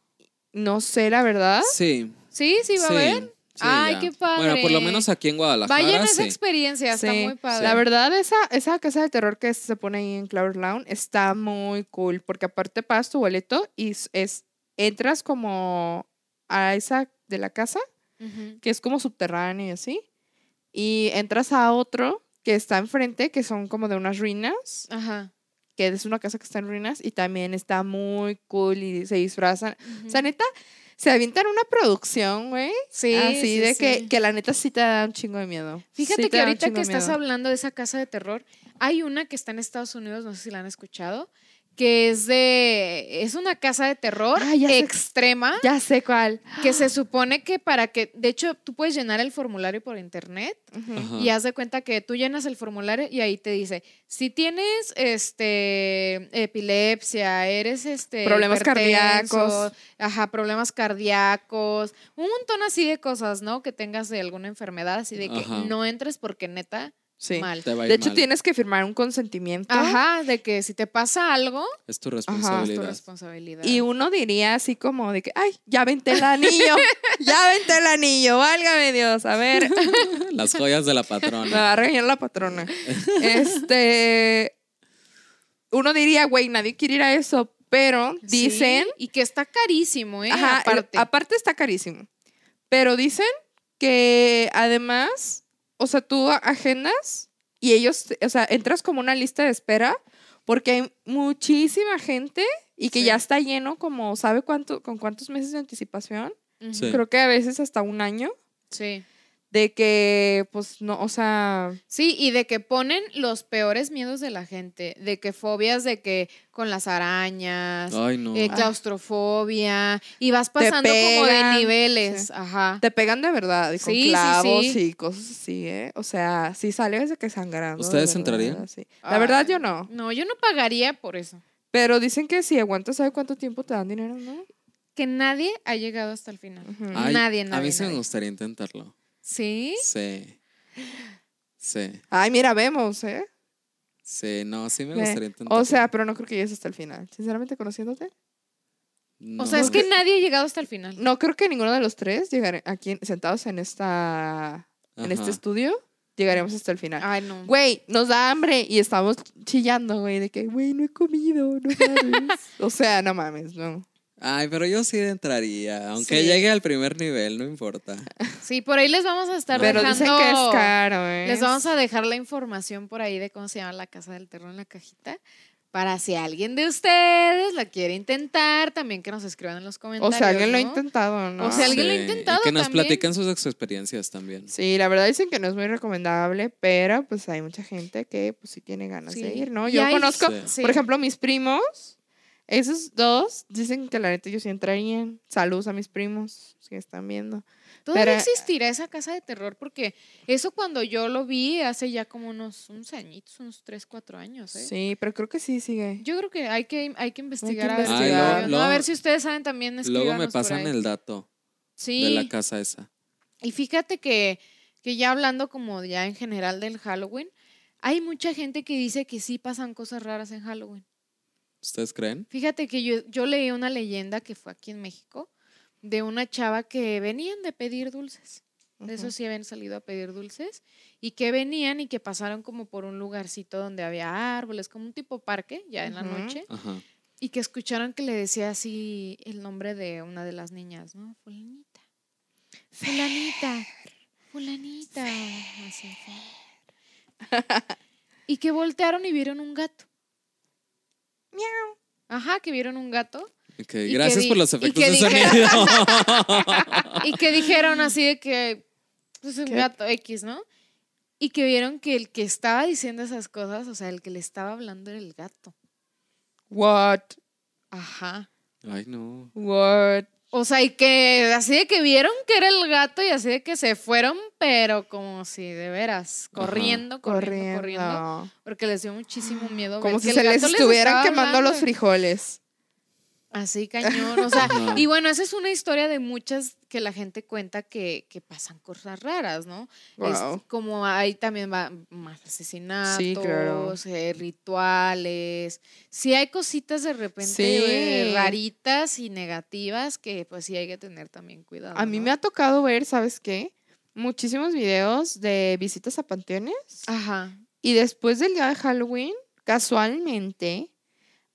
C: No sé, la verdad.
A: Sí.
B: ¿ah? Sí, sí va a haber.
A: sí,
B: Ay,
A: ya.
B: qué padre.
A: Bueno, por lo menos aquí en Guadalajara.
B: Vayan a
A: sí.
B: esa experiencia, está
C: Sí,
B: muy padre.
C: La verdad, esa, esa casa de terror que se pone ahí en Cloud Lawn está muy cool, porque aparte pagas tu boleto y es, es- entras como a esa de la casa,
B: Ujú.
C: que es como subterráneo y así, y entras a otro que está enfrente, que son como de unas ruinas,
B: Ajá.
C: que es una casa que está en ruinas, y también está muy cool y se disfrazan. O sea,
B: Ujú.
C: neta, se avientan una producción, güey,
B: sí,
C: así
B: Ah, sí,
C: de
B: sí.
C: Que, que la neta sí te da un chingo de miedo.
B: Fíjate
C: Sí te
B: que
C: da un
B: ahorita
C: chingo
B: que
C: de
B: estás
C: miedo.
B: hablando de esa casa de terror, hay una que está en Estados Unidos, no sé si la han escuchado, que es de es una casa de terror
C: Ah, ya sé.
B: extrema
C: Ya sé cuál.
B: que se supone que para que de hecho tú puedes llenar el formulario por internet
C: Ujú.
A: Ajá.
B: y haz de cuenta que tú llenas el formulario y ahí te dice, si tienes este epilepsia, eres este
C: Problemas
B: hipertenso,
C: cardíacos.
B: ajá, problemas cardíacos, un montón así de cosas, ¿no? Que tengas de alguna enfermedad, así de que
A: Ajá.
B: no entres porque neta
C: Sí.
B: mal.
A: Te va a ir
C: De hecho,
A: mal.
C: tienes que firmar un consentimiento.
B: Ajá, de que si te pasa algo,
A: Es tu
B: es tu
A: responsabilidad.
B: responsabilidad.
C: Y uno diría así como de que, ay, ya vente el anillo, ya vente el anillo, válgame Dios, a ver, me
A: Las joyas de la
C: va
A: patrona.
C: a regañar la patrona. Este, uno diría, güey, nadie quiere ir a eso, pero
B: Sí,
C: dicen,
B: y que está carísimo, ¿eh?
C: ajá, el- aparte.
B: Aparte.
C: está carísimo, pero dicen que además, o sea, tú a- agendas y ellos, o sea, entras como una lista de espera porque hay muchísima gente y que
B: Sí.
C: ya está lleno como, ¿sabe cuánto, con cuántos meses de anticipación?
B: Ujú,
A: Sí.
C: creo que a veces hasta un año,
B: sí.
C: de que, pues, no, o sea,
B: Sí, y de que ponen los peores miedos de la gente, de que fobias de que con las arañas,
A: Ay, no.
C: Ah.
B: eh, claustrofobia, y vas pasando como
C: pegan,
B: de niveles,
C: sí.
B: ajá.
C: te pegan de verdad, y con
B: Sí, sí,
C: clavos
B: sí.
C: y cosas así, ¿eh? O sea, si sales de que sangrando. de
A: ¿Ustedes
C: verdad,
A: entrarían?
C: así. La verdad,
B: Ay,
C: yo no.
B: No, yo no pagaría por eso.
C: Pero dicen que si aguantas, ¿sabe cuánto tiempo te dan dinero, no?
B: Que nadie ha llegado hasta el final.
C: Ujú.
A: Ay,
B: nadie,
A: A mí
B: nadie,
A: sí me
B: nadie.
A: gustaría intentarlo.
B: ¿Sí?
A: Sí. Sí.
C: Ay, mira, vemos, ¿eh?
A: Sí, no, sí me
C: Ve,
A: gustaría intentarlo.
C: O sea, pero no creo que llegues hasta el final. Sinceramente, conociéndote.
A: No.
B: o sea, es que nadie ha llegado hasta el final.
C: No creo que ninguno de los tres llegar aquí sentados en esta, en este
A: Ajá.
C: estudio llegaremos hasta el final.
B: Ay, no.
C: Güey, nos da hambre y estamos chillando, güey, de que, güey, no he comido, no mames. o sea, no mames, no.
A: Ay, pero yo sí entraría, aunque
B: Sí.
A: llegue al primer nivel, no importa.
B: Sí, por ahí les vamos a estar
C: Pero
B: dejando.
C: dicen que es caro, ¿eh?
B: Les vamos a dejar la información por ahí de cómo se llama la casa del terror en la cajita. Para si alguien de ustedes la quiere intentar, también que nos escriban en los
C: O
B: comentarios.
C: sea, alguien lo ha
B: ¿no?
C: intentado, ¿no?
B: O sea, Si alguien lo ha
A: Sí,
B: intentado
A: Y que nos
B: también.
A: platiquen sus ex- experiencias también.
C: Sí, la verdad dicen que no es muy recomendable, pero pues hay mucha gente que pues sí tiene ganas de
B: Sí.
C: ir, ¿no?
B: Y
C: Yo
B: hay-
C: conozco,
A: Sí.
B: Sí.
C: por ejemplo, mis primos, esos dos dicen que la neta ellos sí entrarían. Saludos a mis primos que están viendo.
B: Todavía
C: Pero-
B: existirá esa casa de terror porque eso cuando yo lo vi hace ya como unos, unos añitos, unos 3, 4 años. ¿eh?
C: Sí, pero creo que sí sigue.
B: Yo creo que hay que, hay que investigar, a ver,
A: investigar. Ay,
B: si-
A: luego-
B: no,
A: luego-
B: a ver si ustedes saben también.
A: Luego me
B: escríbanos por
A: pasan
B: ahí.
A: el dato
B: Sí.
A: de la casa esa.
B: Y fíjate que, que ya hablando como ya en general del Halloween, hay mucha gente que dice que sí pasan cosas raras en Halloween.
A: ¿Ustedes creen?
B: Fíjate que yo, yo leí una leyenda que fue aquí en México de una chava que venían de pedir dulces. De eso
C: Ujú.
B: sí habían salido a pedir dulces y que venían y que pasaron como por un lugarcito donde había árboles, como un tipo parque ya en la
C: Ujú.
B: noche
A: Ajá.
B: y que escucharon que le decía así el nombre de una de las niñas, ¿no? Fulanita. Fulanita. Fulanita. así, Fer. y que voltearon y vieron un gato. Miau. Ajá, que vieron un gato.
A: Ok,
B: que
A: Gracias por
B: di-
A: los
B: y
A: efectos
B: que
A: de
B: dijera-
A: sonido.
B: Y que dijeron así de que, pues un
C: ¿Qué?
B: gato X, ¿no? Y que vieron que el que estaba diciendo esas cosas, o sea, el que le estaba hablando era el gato.
C: What?
B: Ajá.
A: Ay, no.
C: What?
B: O sea, y que así de que vieron que era el gato y así de que se fueron, pero como si de veras,
A: Ajá.
B: corriendo, corriendo,
C: Corriendo.
B: corriendo, porque les dio muchísimo miedo.
C: Como
B: ver
C: si
B: que el
C: se les
B: gato
C: estuvieran
B: estaba
C: quemando
B: hablando.
C: los frijoles.
B: Así, cañón, o sea,
A: Ajá.
B: y bueno, esa es una historia de muchas que la gente cuenta que, que pasan cosas raras, ¿no? Es
C: Wow.
B: como hay también va- más asesinatos,
C: claro.
B: eh, rituales, sí hay cositas de repente
C: Sí.
B: eh, raritas y negativas que pues sí hay que tener también cuidado.
C: A mí
B: Ah, ¿no?
C: me ha tocado ver, ¿sabes qué? Muchísimos videos de visitas a panteones.
B: Ajá.
C: Y después del día de Halloween, casualmente,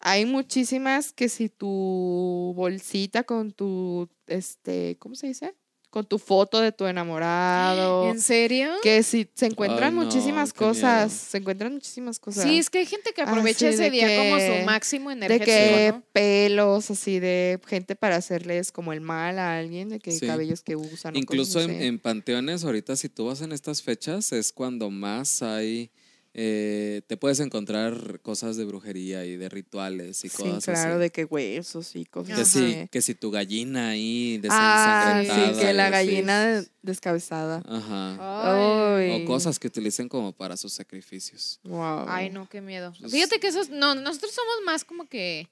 C: hay muchísimas que si tu bolsita con tu, este, ¿cómo se dice? Con tu foto de tu enamorado.
B: ¿En serio?
C: Que si se encuentran
A: no,
C: muchísimas
A: qué miedo.
C: cosas, se encuentran muchísimas cosas.
B: sí, es que hay gente que
C: ah,
B: aprovecha
C: sí,
B: ese
C: de
B: día como
C: que-
B: su máximo
C: de
B: energético,
C: que
B: ¿no?
C: pelos así de gente para hacerles como el mal a alguien, de que
A: Sí.
C: cabellos que
B: pues,
C: usan. o cosas
A: Incluso en,
C: así.
A: en panteones, ahorita si tú vas en estas fechas, es cuando más hay, eh, te puedes encontrar cosas de brujería y de rituales y
C: Sí,
A: cosas
C: claro,
A: así.
C: de que huesos y cosas
A: que,
B: Ajá.
A: si, que si tu gallina ahí
C: Ah,
A: desensangrentada.
C: sí, que
A: y
C: la
A: así.
C: gallina de- descabezada.
A: Ajá.
B: Ay.
A: O cosas que utilicen como para sus sacrificios.
C: Wow.
B: Ay, no, qué miedo.
A: Pues-
B: Fíjate que esos, no, nosotros somos más como que,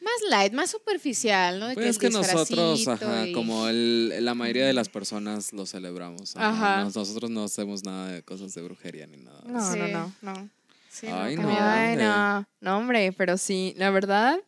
B: más light, más superficial, ¿no? De
A: Pues es
B: el
A: que nosotros,
B: disfracito
A: ajá,
B: y-
A: como el- la mayoría de las personas lo celebramos. ajá.
B: Ajá.
A: Nos- Nosotros no hacemos nada de cosas de brujería ni nada. de
C: No,
A: eso.
C: no,
B: Sí.
C: no, no.
B: Sí, no,
A: Ay,
B: qué
A: no.
B: miedo.
C: Ay,
A: hombre.
C: no. No, hombre, pero sí, la verdad,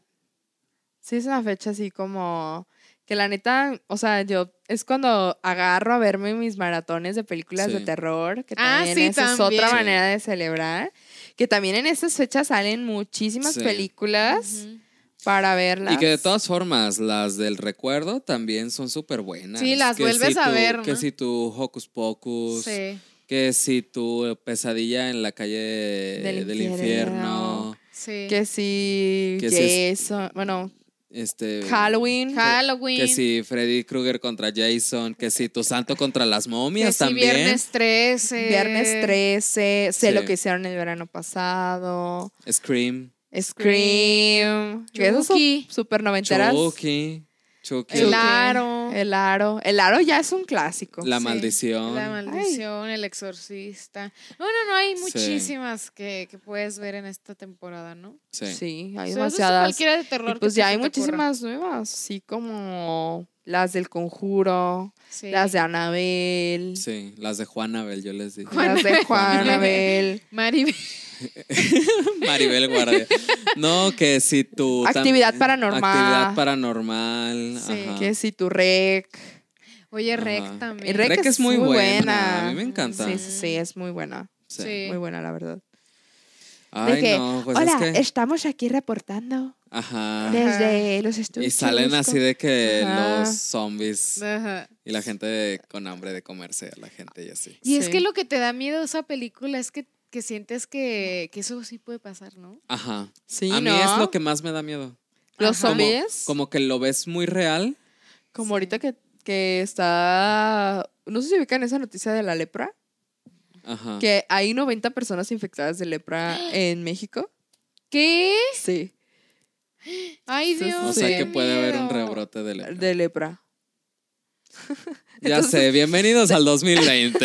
C: sí es una fecha así como que la neta, o sea, yo es cuando agarro a verme mis maratones de películas de
A: Sí.
C: terror, que
B: Ah,
C: también
B: sí,
C: esa es
B: también.
C: otra
A: Sí.
C: manera de celebrar, que también en estas fechas salen muchísimas
A: Sí. Pues,
C: películas
B: Ujú.
C: para verlas.
A: Y que de todas formas, las del recuerdo también son súper buenas.
B: Sí, las
A: Que
B: vuelves
A: si
B: a
A: tu-
B: ver,
A: Que
B: ¿no?
A: si tu Hocus Pocus,
B: pues, Sí,
A: que si tu pesadilla en la calle del,
C: Del
A: infierno,
B: sí.
C: que si
A: Que si es-
C: Jason, bueno,
A: este
C: Halloween.
B: Halloween.
A: que si Freddy Krueger contra Jason, que si tu santo contra las
B: que
A: momias
B: si
A: también.
B: viernes 13.
C: Viernes 13, sé lo
A: Sí.
C: que hicieron el verano pasado.
A: Scream,
C: Scream. que esas son
B: Chucky.
C: Super noventeras.
A: Chucky, Chucky,
B: El
C: Chucky.
B: aro.
C: El aro. El aro ya es un clásico.
A: La
B: Sí,
A: maldición.
B: La maldición, el exorcista. No, no, no, hay
A: Sí.
B: muchísimas que, que puedes ver en esta temporada, ¿no?
A: Sí.
B: O
C: Sí, hay
B: sea, eso es
C: demasiadas.
B: Cualquiera de terror.
C: Y
B: que
C: pues
B: se
C: ya hay
B: te ocurra.
C: muchísimas nuevas, así como las del conjuro,
B: Sí.
C: las de Anabel,
A: Sí, las de Juanabel, yo les dije.
C: las de
A: Juana.
C: Juanabel,
B: Maribel.
A: Maribel Guardia. No, que si tu tam-
C: Actividad paranormal.
A: Actividad paranormal.
B: Sí.
A: ajá.
C: que si tu rec,
B: Oye,
A: Ajá.
B: Rec también.
C: Rec
A: Rec es muy buena. A mí me encanta.
C: Sí, sí, sí, es muy buena.
A: Sí.
B: Sí.
C: Muy buena, la verdad.
A: Ay,
C: De que,
A: no, pues
C: Hola,
A: es que.
C: estamos aquí reportando
A: Ajá.
C: desde los estudios.
A: Y salen así de que
C: Ajá.
A: los zombies
B: Ajá.
A: y la gente con hambre de comerse a la gente y así.
B: Y es
C: Sí.
B: que lo que te da miedo esa película es que, que sientes que, que eso sí puede pasar, ¿no?
A: Ajá.
C: Sí,
A: a mí
C: ¿no?
A: es lo que más me da miedo.
C: Los
B: Ajá.
A: Como,
C: zombies. Como,
A: como que lo ves muy real.
C: ahorita que, que está. No sé si ubican esa noticia de la lepra.
A: Ajá.
C: Que hay 90 personas infectadas de lepra en México.
B: ¿Qué?
C: Sí,
B: Ay,
C: Sí, sí,
B: Dios.
A: O
C: No,
A: sea
C: sí.
A: que
B: qué
A: puede haber un
B: miedo.
A: rebrote de lepra.
C: de lepra.
A: Ya sé, bienvenidos al 2020.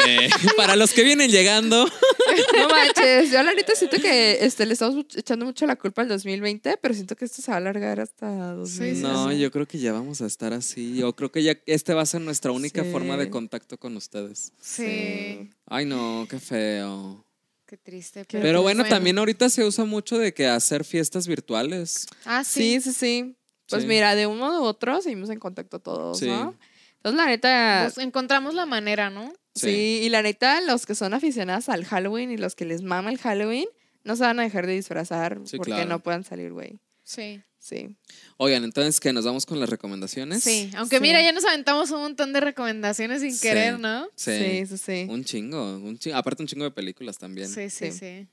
A: Para los que vienen llegando,
C: No manches, yo la neta siento que este, le estamos much- echando mucho la culpa al 2020, pero siento que esto se va a alargar hasta 2020.
B: sí,
A: no,
B: sí.
A: yo creo que ya vamos a estar así. Yo creo que ya este va a ser nuestra única
C: Sí.
A: forma de contacto con ustedes.
B: Sí.
A: Ay, no, qué feo.
B: Qué triste.
C: Pero
A: Pero
B: pues
A: bueno, también ahorita se usa mucho de que hacer fiestas virtuales.
B: Ah, sí.
C: Sí, sí, sí. Pues
A: Sí.
C: mira, de uno u otro seguimos en contacto todos,
A: Sí.
C: ¿no? Entonces, la neta,
B: Pues encontramos la manera, ¿no?
A: sí.
C: sí. y la neta, los que son aficionados al Halloween y los que les mama el Halloween, no se van a dejar de disfrazar
A: Sí,
C: porque
A: claro.
C: no puedan salir, güey.
B: Sí.
C: Sí.
A: Oigan, entonces que nos vamos con las recomendaciones.
B: Sí. Aunque
C: Sí.
B: mira, ya nos aventamos un montón de recomendaciones sin
A: Sí.
B: querer, ¿no?
A: Sí.
C: Sí, sí, sí.
A: Un chingo, un chingo. Aparte un chingo de películas también.
B: Sí, sí, sí,
C: Sí.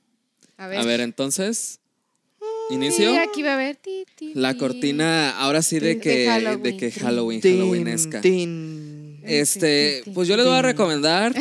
B: A ver.
A: A ver, entonces,
B: Sí,
A: inicio.
B: aquí va a haber. ti, ti,
A: La
B: ti.
A: cortina ahora sí de
C: De
A: que de
B: Halloween.
A: que Halloween,
C: Tin,
A: Halloweenesca.
C: tin.
A: Este, pues yo les voy a recomendar.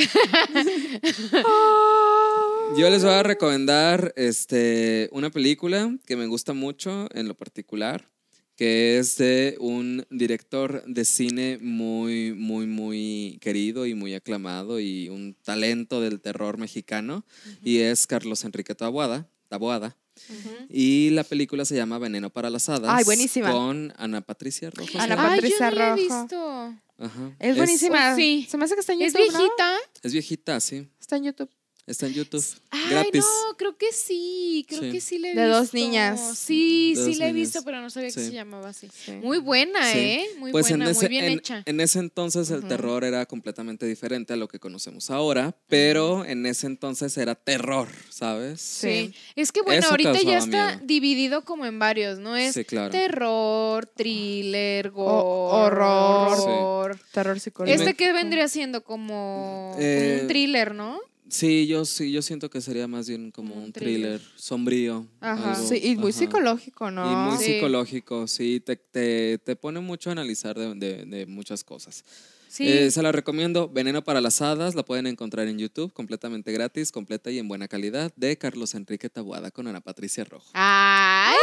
A: Yo les voy a recomendar este, una película que me gusta mucho en lo particular, que es de un director de cine muy, muy, muy querido y muy aclamado y un talento del terror mexicano, y es Carlos Enrique Taboada. Taboada.
B: Ujú.
A: Y la película se llama Veneno para las Hadas.
C: Ay, buenísima.
A: Con Ana Pues Patricia Rojas.
C: Ana
A: ¿no?
B: Ay, yo no
C: Patricia
B: la he
C: Rojo.
B: visto.
A: Ajá.
C: Es buenísima.
B: Oh, sí.
C: Se me hace que está en
B: ¿Es
C: YouTube. ¿no?
B: viejita?
A: Es viejita, sí.
C: Está en YouTube.
A: Está en YouTube.
B: Ay,
A: Gratis.
B: no, creo que sí, creo
A: Sí.
B: que sí la he visto.
C: De dos niñas.
B: Sí,
A: De
B: sí
A: dos
B: la he
A: niñas.
B: visto, pero no sabía que
A: Sí.
B: se llamaba así.
C: Sí.
B: Muy buena,
A: Sí.
B: ¿eh? Muy
A: Pues
B: buena,
A: en ese,
B: muy bien
A: en-
B: hecha.
A: en ese entonces el
C: Ujú.
A: terror era completamente diferente a lo que conocemos ahora, pero en ese entonces era terror, ¿sabes?
B: sí.
C: Sí.
B: Es que bueno,
A: Eso
B: ahorita ya
A: causaba
B: está
A: miedo.
B: dividido como en varios, ¿no? Es
A: Sí, claro.
B: terror, thriller, gore,
C: horror.
A: Sí.
B: horror.
C: Terror psicológico.
B: Este que vendría siendo como
A: Eh,
B: un thriller, ¿no?
A: Sí, yo sí, yo siento que sería más bien como un thriller, sombrío.
B: Ajá.
A: algo,
C: Sí, y muy
A: ajá.
C: psicológico,
A: Y
C: ¿no?
A: muy
B: Sí.
A: psicológico, sí, te, te- te pone mucho a analizar de, de- de muchas cosas.
B: Sí.
A: Eh, se la recomiendo, Veneno para las Hadas, la pueden encontrar en YouTube, completamente gratis, completa y en buena calidad, de Carlos Enrique Tabuada con Ana Patricia Rojo.
B: ¡Ay!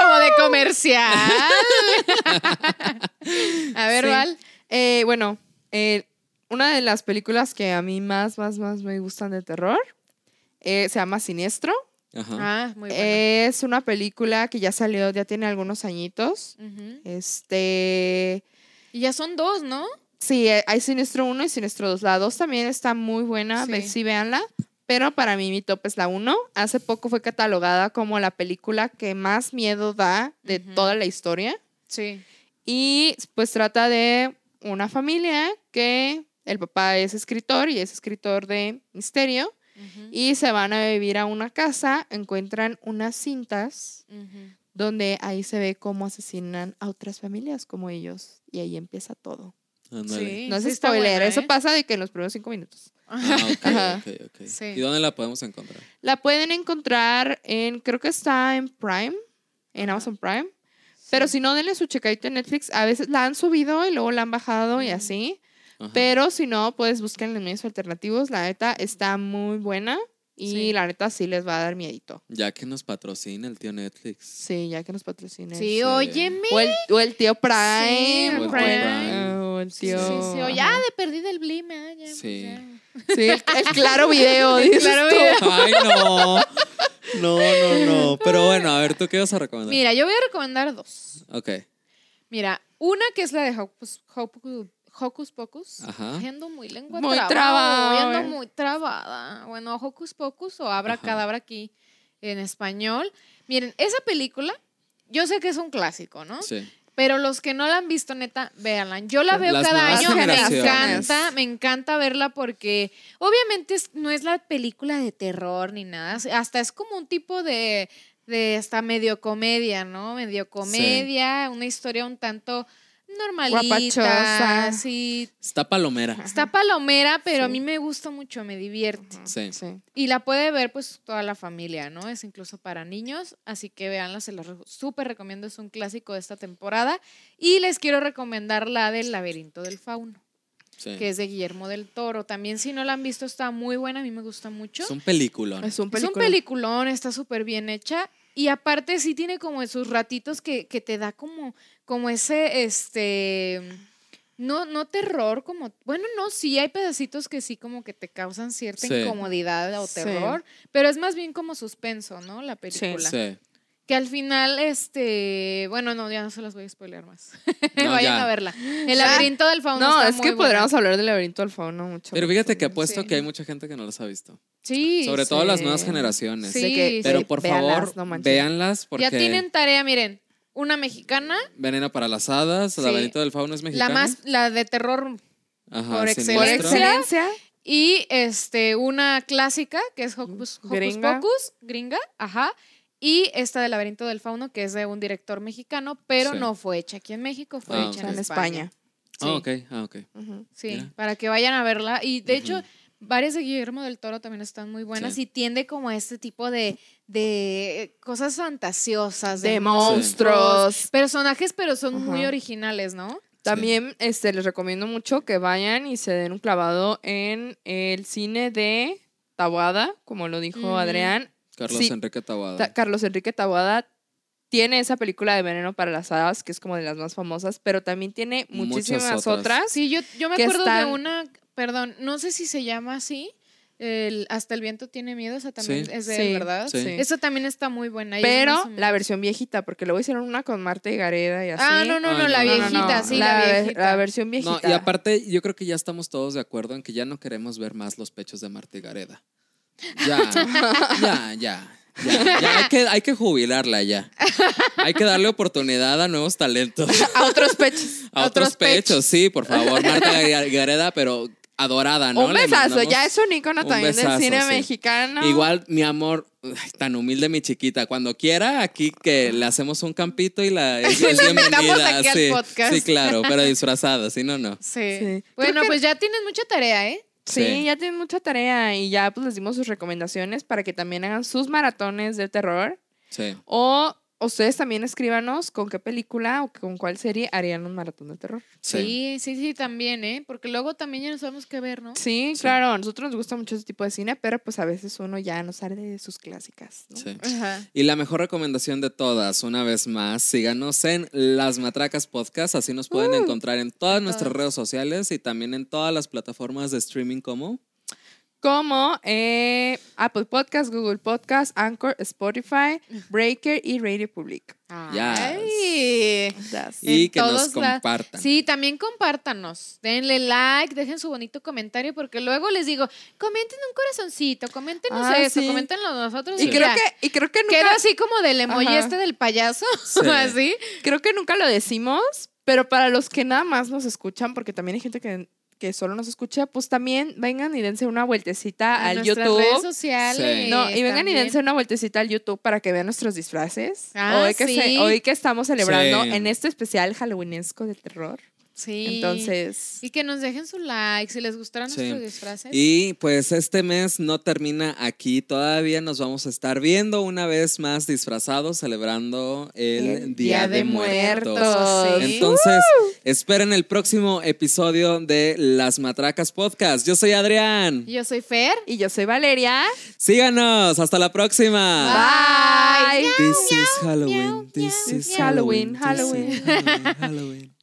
B: Como de comercial. A ver,
C: Sí.
B: Val.
C: Eh, bueno, eh, una de las películas que a mí más, más, más me gustan de terror eh, se llama Siniestro.
A: Ajá.
B: Ah, muy bueno.
C: Es una película que ya salió, ya tiene algunos añitos.
B: Ujú.
C: Este.
B: Y ya son dos, ¿no?
C: Sí, eh, hay Siniestro 1 y Siniestro 2. La 2 también está muy buena, ve-
B: Sí.
C: sí, véanla. Pero para mí mi top es la 1. Hace poco fue catalogada como la película que más miedo da de
B: Ujú.
C: toda la historia.
B: Sí.
C: Y pues trata de una familia que el papá es escritor y es escritor de misterio. Y se van a vivir a una casa, encuentran unas cintas donde ahí se ve cómo asesinan a otras familias como ellos. Y ahí empieza todo.
A: ándale.
C: No es spoiler,
B: ¿eh?
C: eso pasa de que en los primeros cinco minutos.
A: Ah, ok,
C: Ajá.
A: ok, ok.
B: Sí.
A: ¿Y dónde la podemos encontrar?
C: La pueden encontrar en, creo que está en Prime, en
B: Ajá.
C: Amazon Prime. Pero si no, denle su checadito en Netflix. A veces la han subido y luego la han bajado y
B: Ujú.
C: así.
A: Ajá.
C: Pero si no, pues busquen los medios alternativos. La neta está muy buena y
B: Sí.
C: la neta sí les va a dar miedito.
A: Ya que nos patrocina el tío Netflix.
C: Sí, ya que nos patrocinen.
B: Sí,
A: Sí.
B: óyeme.
C: O el, o el tío Prime.
A: O el
B: Sí,
A: tío
C: bueno,
A: Prime.
C: o el
B: Sí, sí,
C: tío.
B: sí. O ya de perdida el blim, ah, ya, pues,
A: Sí.
B: ya.
C: Sí, el, el claro video.
B: El
C: dices
B: Claro
C: tú.
B: Video.
A: Ay, no. No, no, no. Pero bueno, a ver, ¿tú qué vas a recomendar?
B: Mira, yo voy a recomendar dos.
A: Ok.
B: Mira, una que es la de Hocus, Hocus, Hocus Pocus.
A: Ajá.
B: Ando muy lengua
C: Muy
B: trabada,
C: trabada,
B: hoy
C: güey.
B: Ando muy trabada. Bueno, Hocus Pocus o Abra
A: Ajá.
B: Cadabra aquí en español. Miren, esa película, yo sé que es un clásico, ¿no?
A: Sí.
B: Pero los que no la han visto, neta, véanla. Yo la veo
A: Las
B: cada
A: nuevas
B: año, me
A: generaciones.
B: encanta, me encanta verla porque obviamente es- no es la película de terror ni nada, hasta es como un tipo de, de hasta medio comedia, ¿no? Medio comedia, una historia un tanto normalita,
C: Guapachosa.
B: sí.
A: Está palomera.
B: Está palomera, pero a
C: Sí.
B: mí me gusta mucho, me divierte.
A: Sí.
C: Sí.
B: Y la puede ver pues toda la familia, ¿no? Es incluso para niños, así que véanla, se los re- súper recomiendo, es un clásico de esta temporada. Y les quiero recomendar la del laberinto del fauno,
A: sí.
B: que es de Guillermo del Toro. También si no la han visto está muy buena, a mí me gusta mucho.
A: Es un película.
C: Es un
B: Es un
C: película.
B: peliculón, está súper bien hecha. Y aparte sí tiene como sus ratitos que, que te da como, como ese, este, no, no terror, como, bueno, no, sí hay pedacitos que sí como que te causan cierta
A: Sí.
B: incomodidad o
C: Sí.
B: terror, pero es más bien como suspenso, ¿no? La película.
A: Sí.
B: Que al final, este, bueno, no, ya no se las voy a spoiler más.
A: No,
B: Vayan
A: ya.
B: a verla. El
C: Ya.
B: laberinto del fauno.
C: No,
B: está
C: es
B: muy
C: que
B: buena.
C: podríamos hablar del laberinto del fauno mucho.
A: Pero fíjate que apuesto
B: Sí.
A: que hay mucha gente que no las ha visto.
B: Sí.
A: Sobre
B: sí.
A: todo las nuevas
C: sí.
A: generaciones.
B: Sí,
A: Pero
B: sí,
A: por
C: véanlas, no
A: favor,
C: manches.
A: véanlas porque
B: Ya tienen tarea, miren, una mexicana.
A: Veneno para las hadas, el
B: Sí.
A: laberinto del fauno es mexicano.
B: La más, la de terror.
A: Ajá,
B: por
A: siniestro.
C: Por
B: Electra.
C: excelencia.
B: Y este, una clásica, que es pues, Hocus, Hocus
C: Gringa.
B: Pocus, gringa, ajá. Y esta del laberinto del fauno, que es de un director mexicano, pero
A: Sí.
B: no fue hecha aquí en México, fue
A: Ah,
B: hecha
A: ok.
B: en España.
A: Ah, ok, ah, ok.
C: Ujú.
B: Sí,
A: Mira.
B: para que vayan a verla. Y de hecho,
A: Ujú.
B: varias de Guillermo del Toro también están muy buenas
A: Sí.
B: y tiende como a este tipo de, de cosas fantasiosas.
C: De monstruos.
B: Personajes, pero son muy
C: Ajá.
B: originales, ¿no?
C: También este, les recomiendo mucho que vayan y se den un clavado en el cine de Taboada, como lo dijo
B: Ujú.
C: Adrián.
A: Carlos
C: Sí.
A: Enrique Tabada.
C: Ta- Carlos Enrique Taboada tiene esa película de Veneno para las Hadas, que es como de las más famosas, pero también tiene
A: Muchas
C: muchísimas
A: otras.
C: otras.
B: Sí, yo, yo me
C: que
B: acuerdo
C: están-
B: de una, perdón, no sé si se llama así, el Hasta el viento tiene miedo, esa también
A: Sí.
B: es de
C: Sí,
B: él, ¿verdad?
A: sí.
B: Esa también está muy buena. y es
C: Pero
B: más o menos-
C: la versión viejita, porque luego hicieron una con Marta y Gareda y así.
B: Ah, no, no,
A: Ay,
B: no,
A: no,
B: la
A: no, no,
B: viejita,
A: no.
B: sí, la,
C: ve-
B: viejita.
C: la versión viejita.
A: No, y aparte, yo creo que ya estamos todos de acuerdo en que ya no queremos ver más los pechos de Marta y Gareda. Ya, ya, ya. Ya, ya hay, que, hay que jubilarla ya. Hay que darle oportunidad a nuevos talentos,
C: a otros pechos.
A: a otros, pechos, sí, por favor, Marta Gar- Gareda, pero adorada, ¿no?
C: un
A: Le
C: besazo,
A: mandamos-
C: ya es un icono
A: un
C: también
A: besazo,
C: del cine
A: sí.
C: mexicano.
A: Igual, mi amor, ay, tan humilde mi chiquita, cuando quiera, aquí que le hacemos un campito y la es, es bienvenida.
B: aquí al
A: sí,
B: podcast.
A: sí, claro, pero disfrazada, si no, no.
B: Sí.
C: Sí.
B: Bueno,
C: Creo que-
B: pues ya tienes mucha tarea, ¿eh?
C: Sí,
A: Sí.
C: ya tienen mucha tarea y ya pues les dimos sus recomendaciones para que también hagan sus maratones de terror.
A: Sí.
C: O ustedes también escríbanos con qué película o con cuál serie harían un maratón de terror.
A: Sí.
B: Sí, sí, sí, también, ¿eh? Porque luego también ya no sabemos qué ver, ¿no?
C: Sí,
A: Sí.
C: claro, a nosotros nos gusta mucho ese tipo de cine, pero pues a veces uno ya no sale de sus clásicas. ¿no?
A: sí.
B: Ajá.
A: Y la mejor recomendación de todas, una vez más, síganos en Las Matracas Podcast, así nos pueden encontrar en todas
B: Uh, en
A: nuestras
B: todas.
A: redes sociales y también en todas las plataformas de streaming como
C: Como eh, Apple Podcast, Google Podcast, Anchor, Spotify, Breaker y Radio Public.
B: Ah.
A: Ah,
B: Ay.
C: That's-
B: En
A: y que nos
B: todos la-
A: compartan.
B: Sí, también compártanos. Denle like, dejen su bonito comentario, porque luego les digo, comenten un corazoncito, coméntenos
C: Ah,
B: eso,
C: sí.
B: coméntenos nosotros.
C: Y creo
B: mira,
C: que, y creo que nunca
B: queda así como del emoji
C: Ajá.
B: este del payaso,
A: Sí.
B: así.
C: Creo que nunca lo decimos, pero para los que nada más nos escuchan, porque también hay gente que, que solo nos escucha, pues también vengan y dense una vueltecita
B: En
C: al
B: nuestras redes
C: YouTube.
B: sociales.
A: Sí.
C: No, y vengan
B: también.
C: y dense una vueltecita al YouTube para que vean nuestros disfraces.
B: Ah,
C: hoy, que se-
B: sí.
C: hoy que estamos celebrando
A: Sí.
C: en este especial halloweenesco de terror.
B: Sí.
C: Entonces,
B: Y que nos dejen su like si les gustaron
A: Sí.
B: nuestros disfraces.
A: Y pues este mes no termina aquí, todavía nos vamos a estar viendo una vez más disfrazados celebrando el, Día, de, Muertos.
B: Muertos, sí.
A: Entonces, esperen el próximo episodio de Las Matracas Podcast. Yo soy Adrián.
B: Yo soy Fer.
C: y yo soy Valeria.
A: Síganos, hasta la próxima.
B: Bye.
C: Bye.
A: This is Halloween.
B: miau,
A: This
B: miau,
A: is
C: miau.
A: Halloween.
C: Halloween,
A: this is Halloween. Halloween.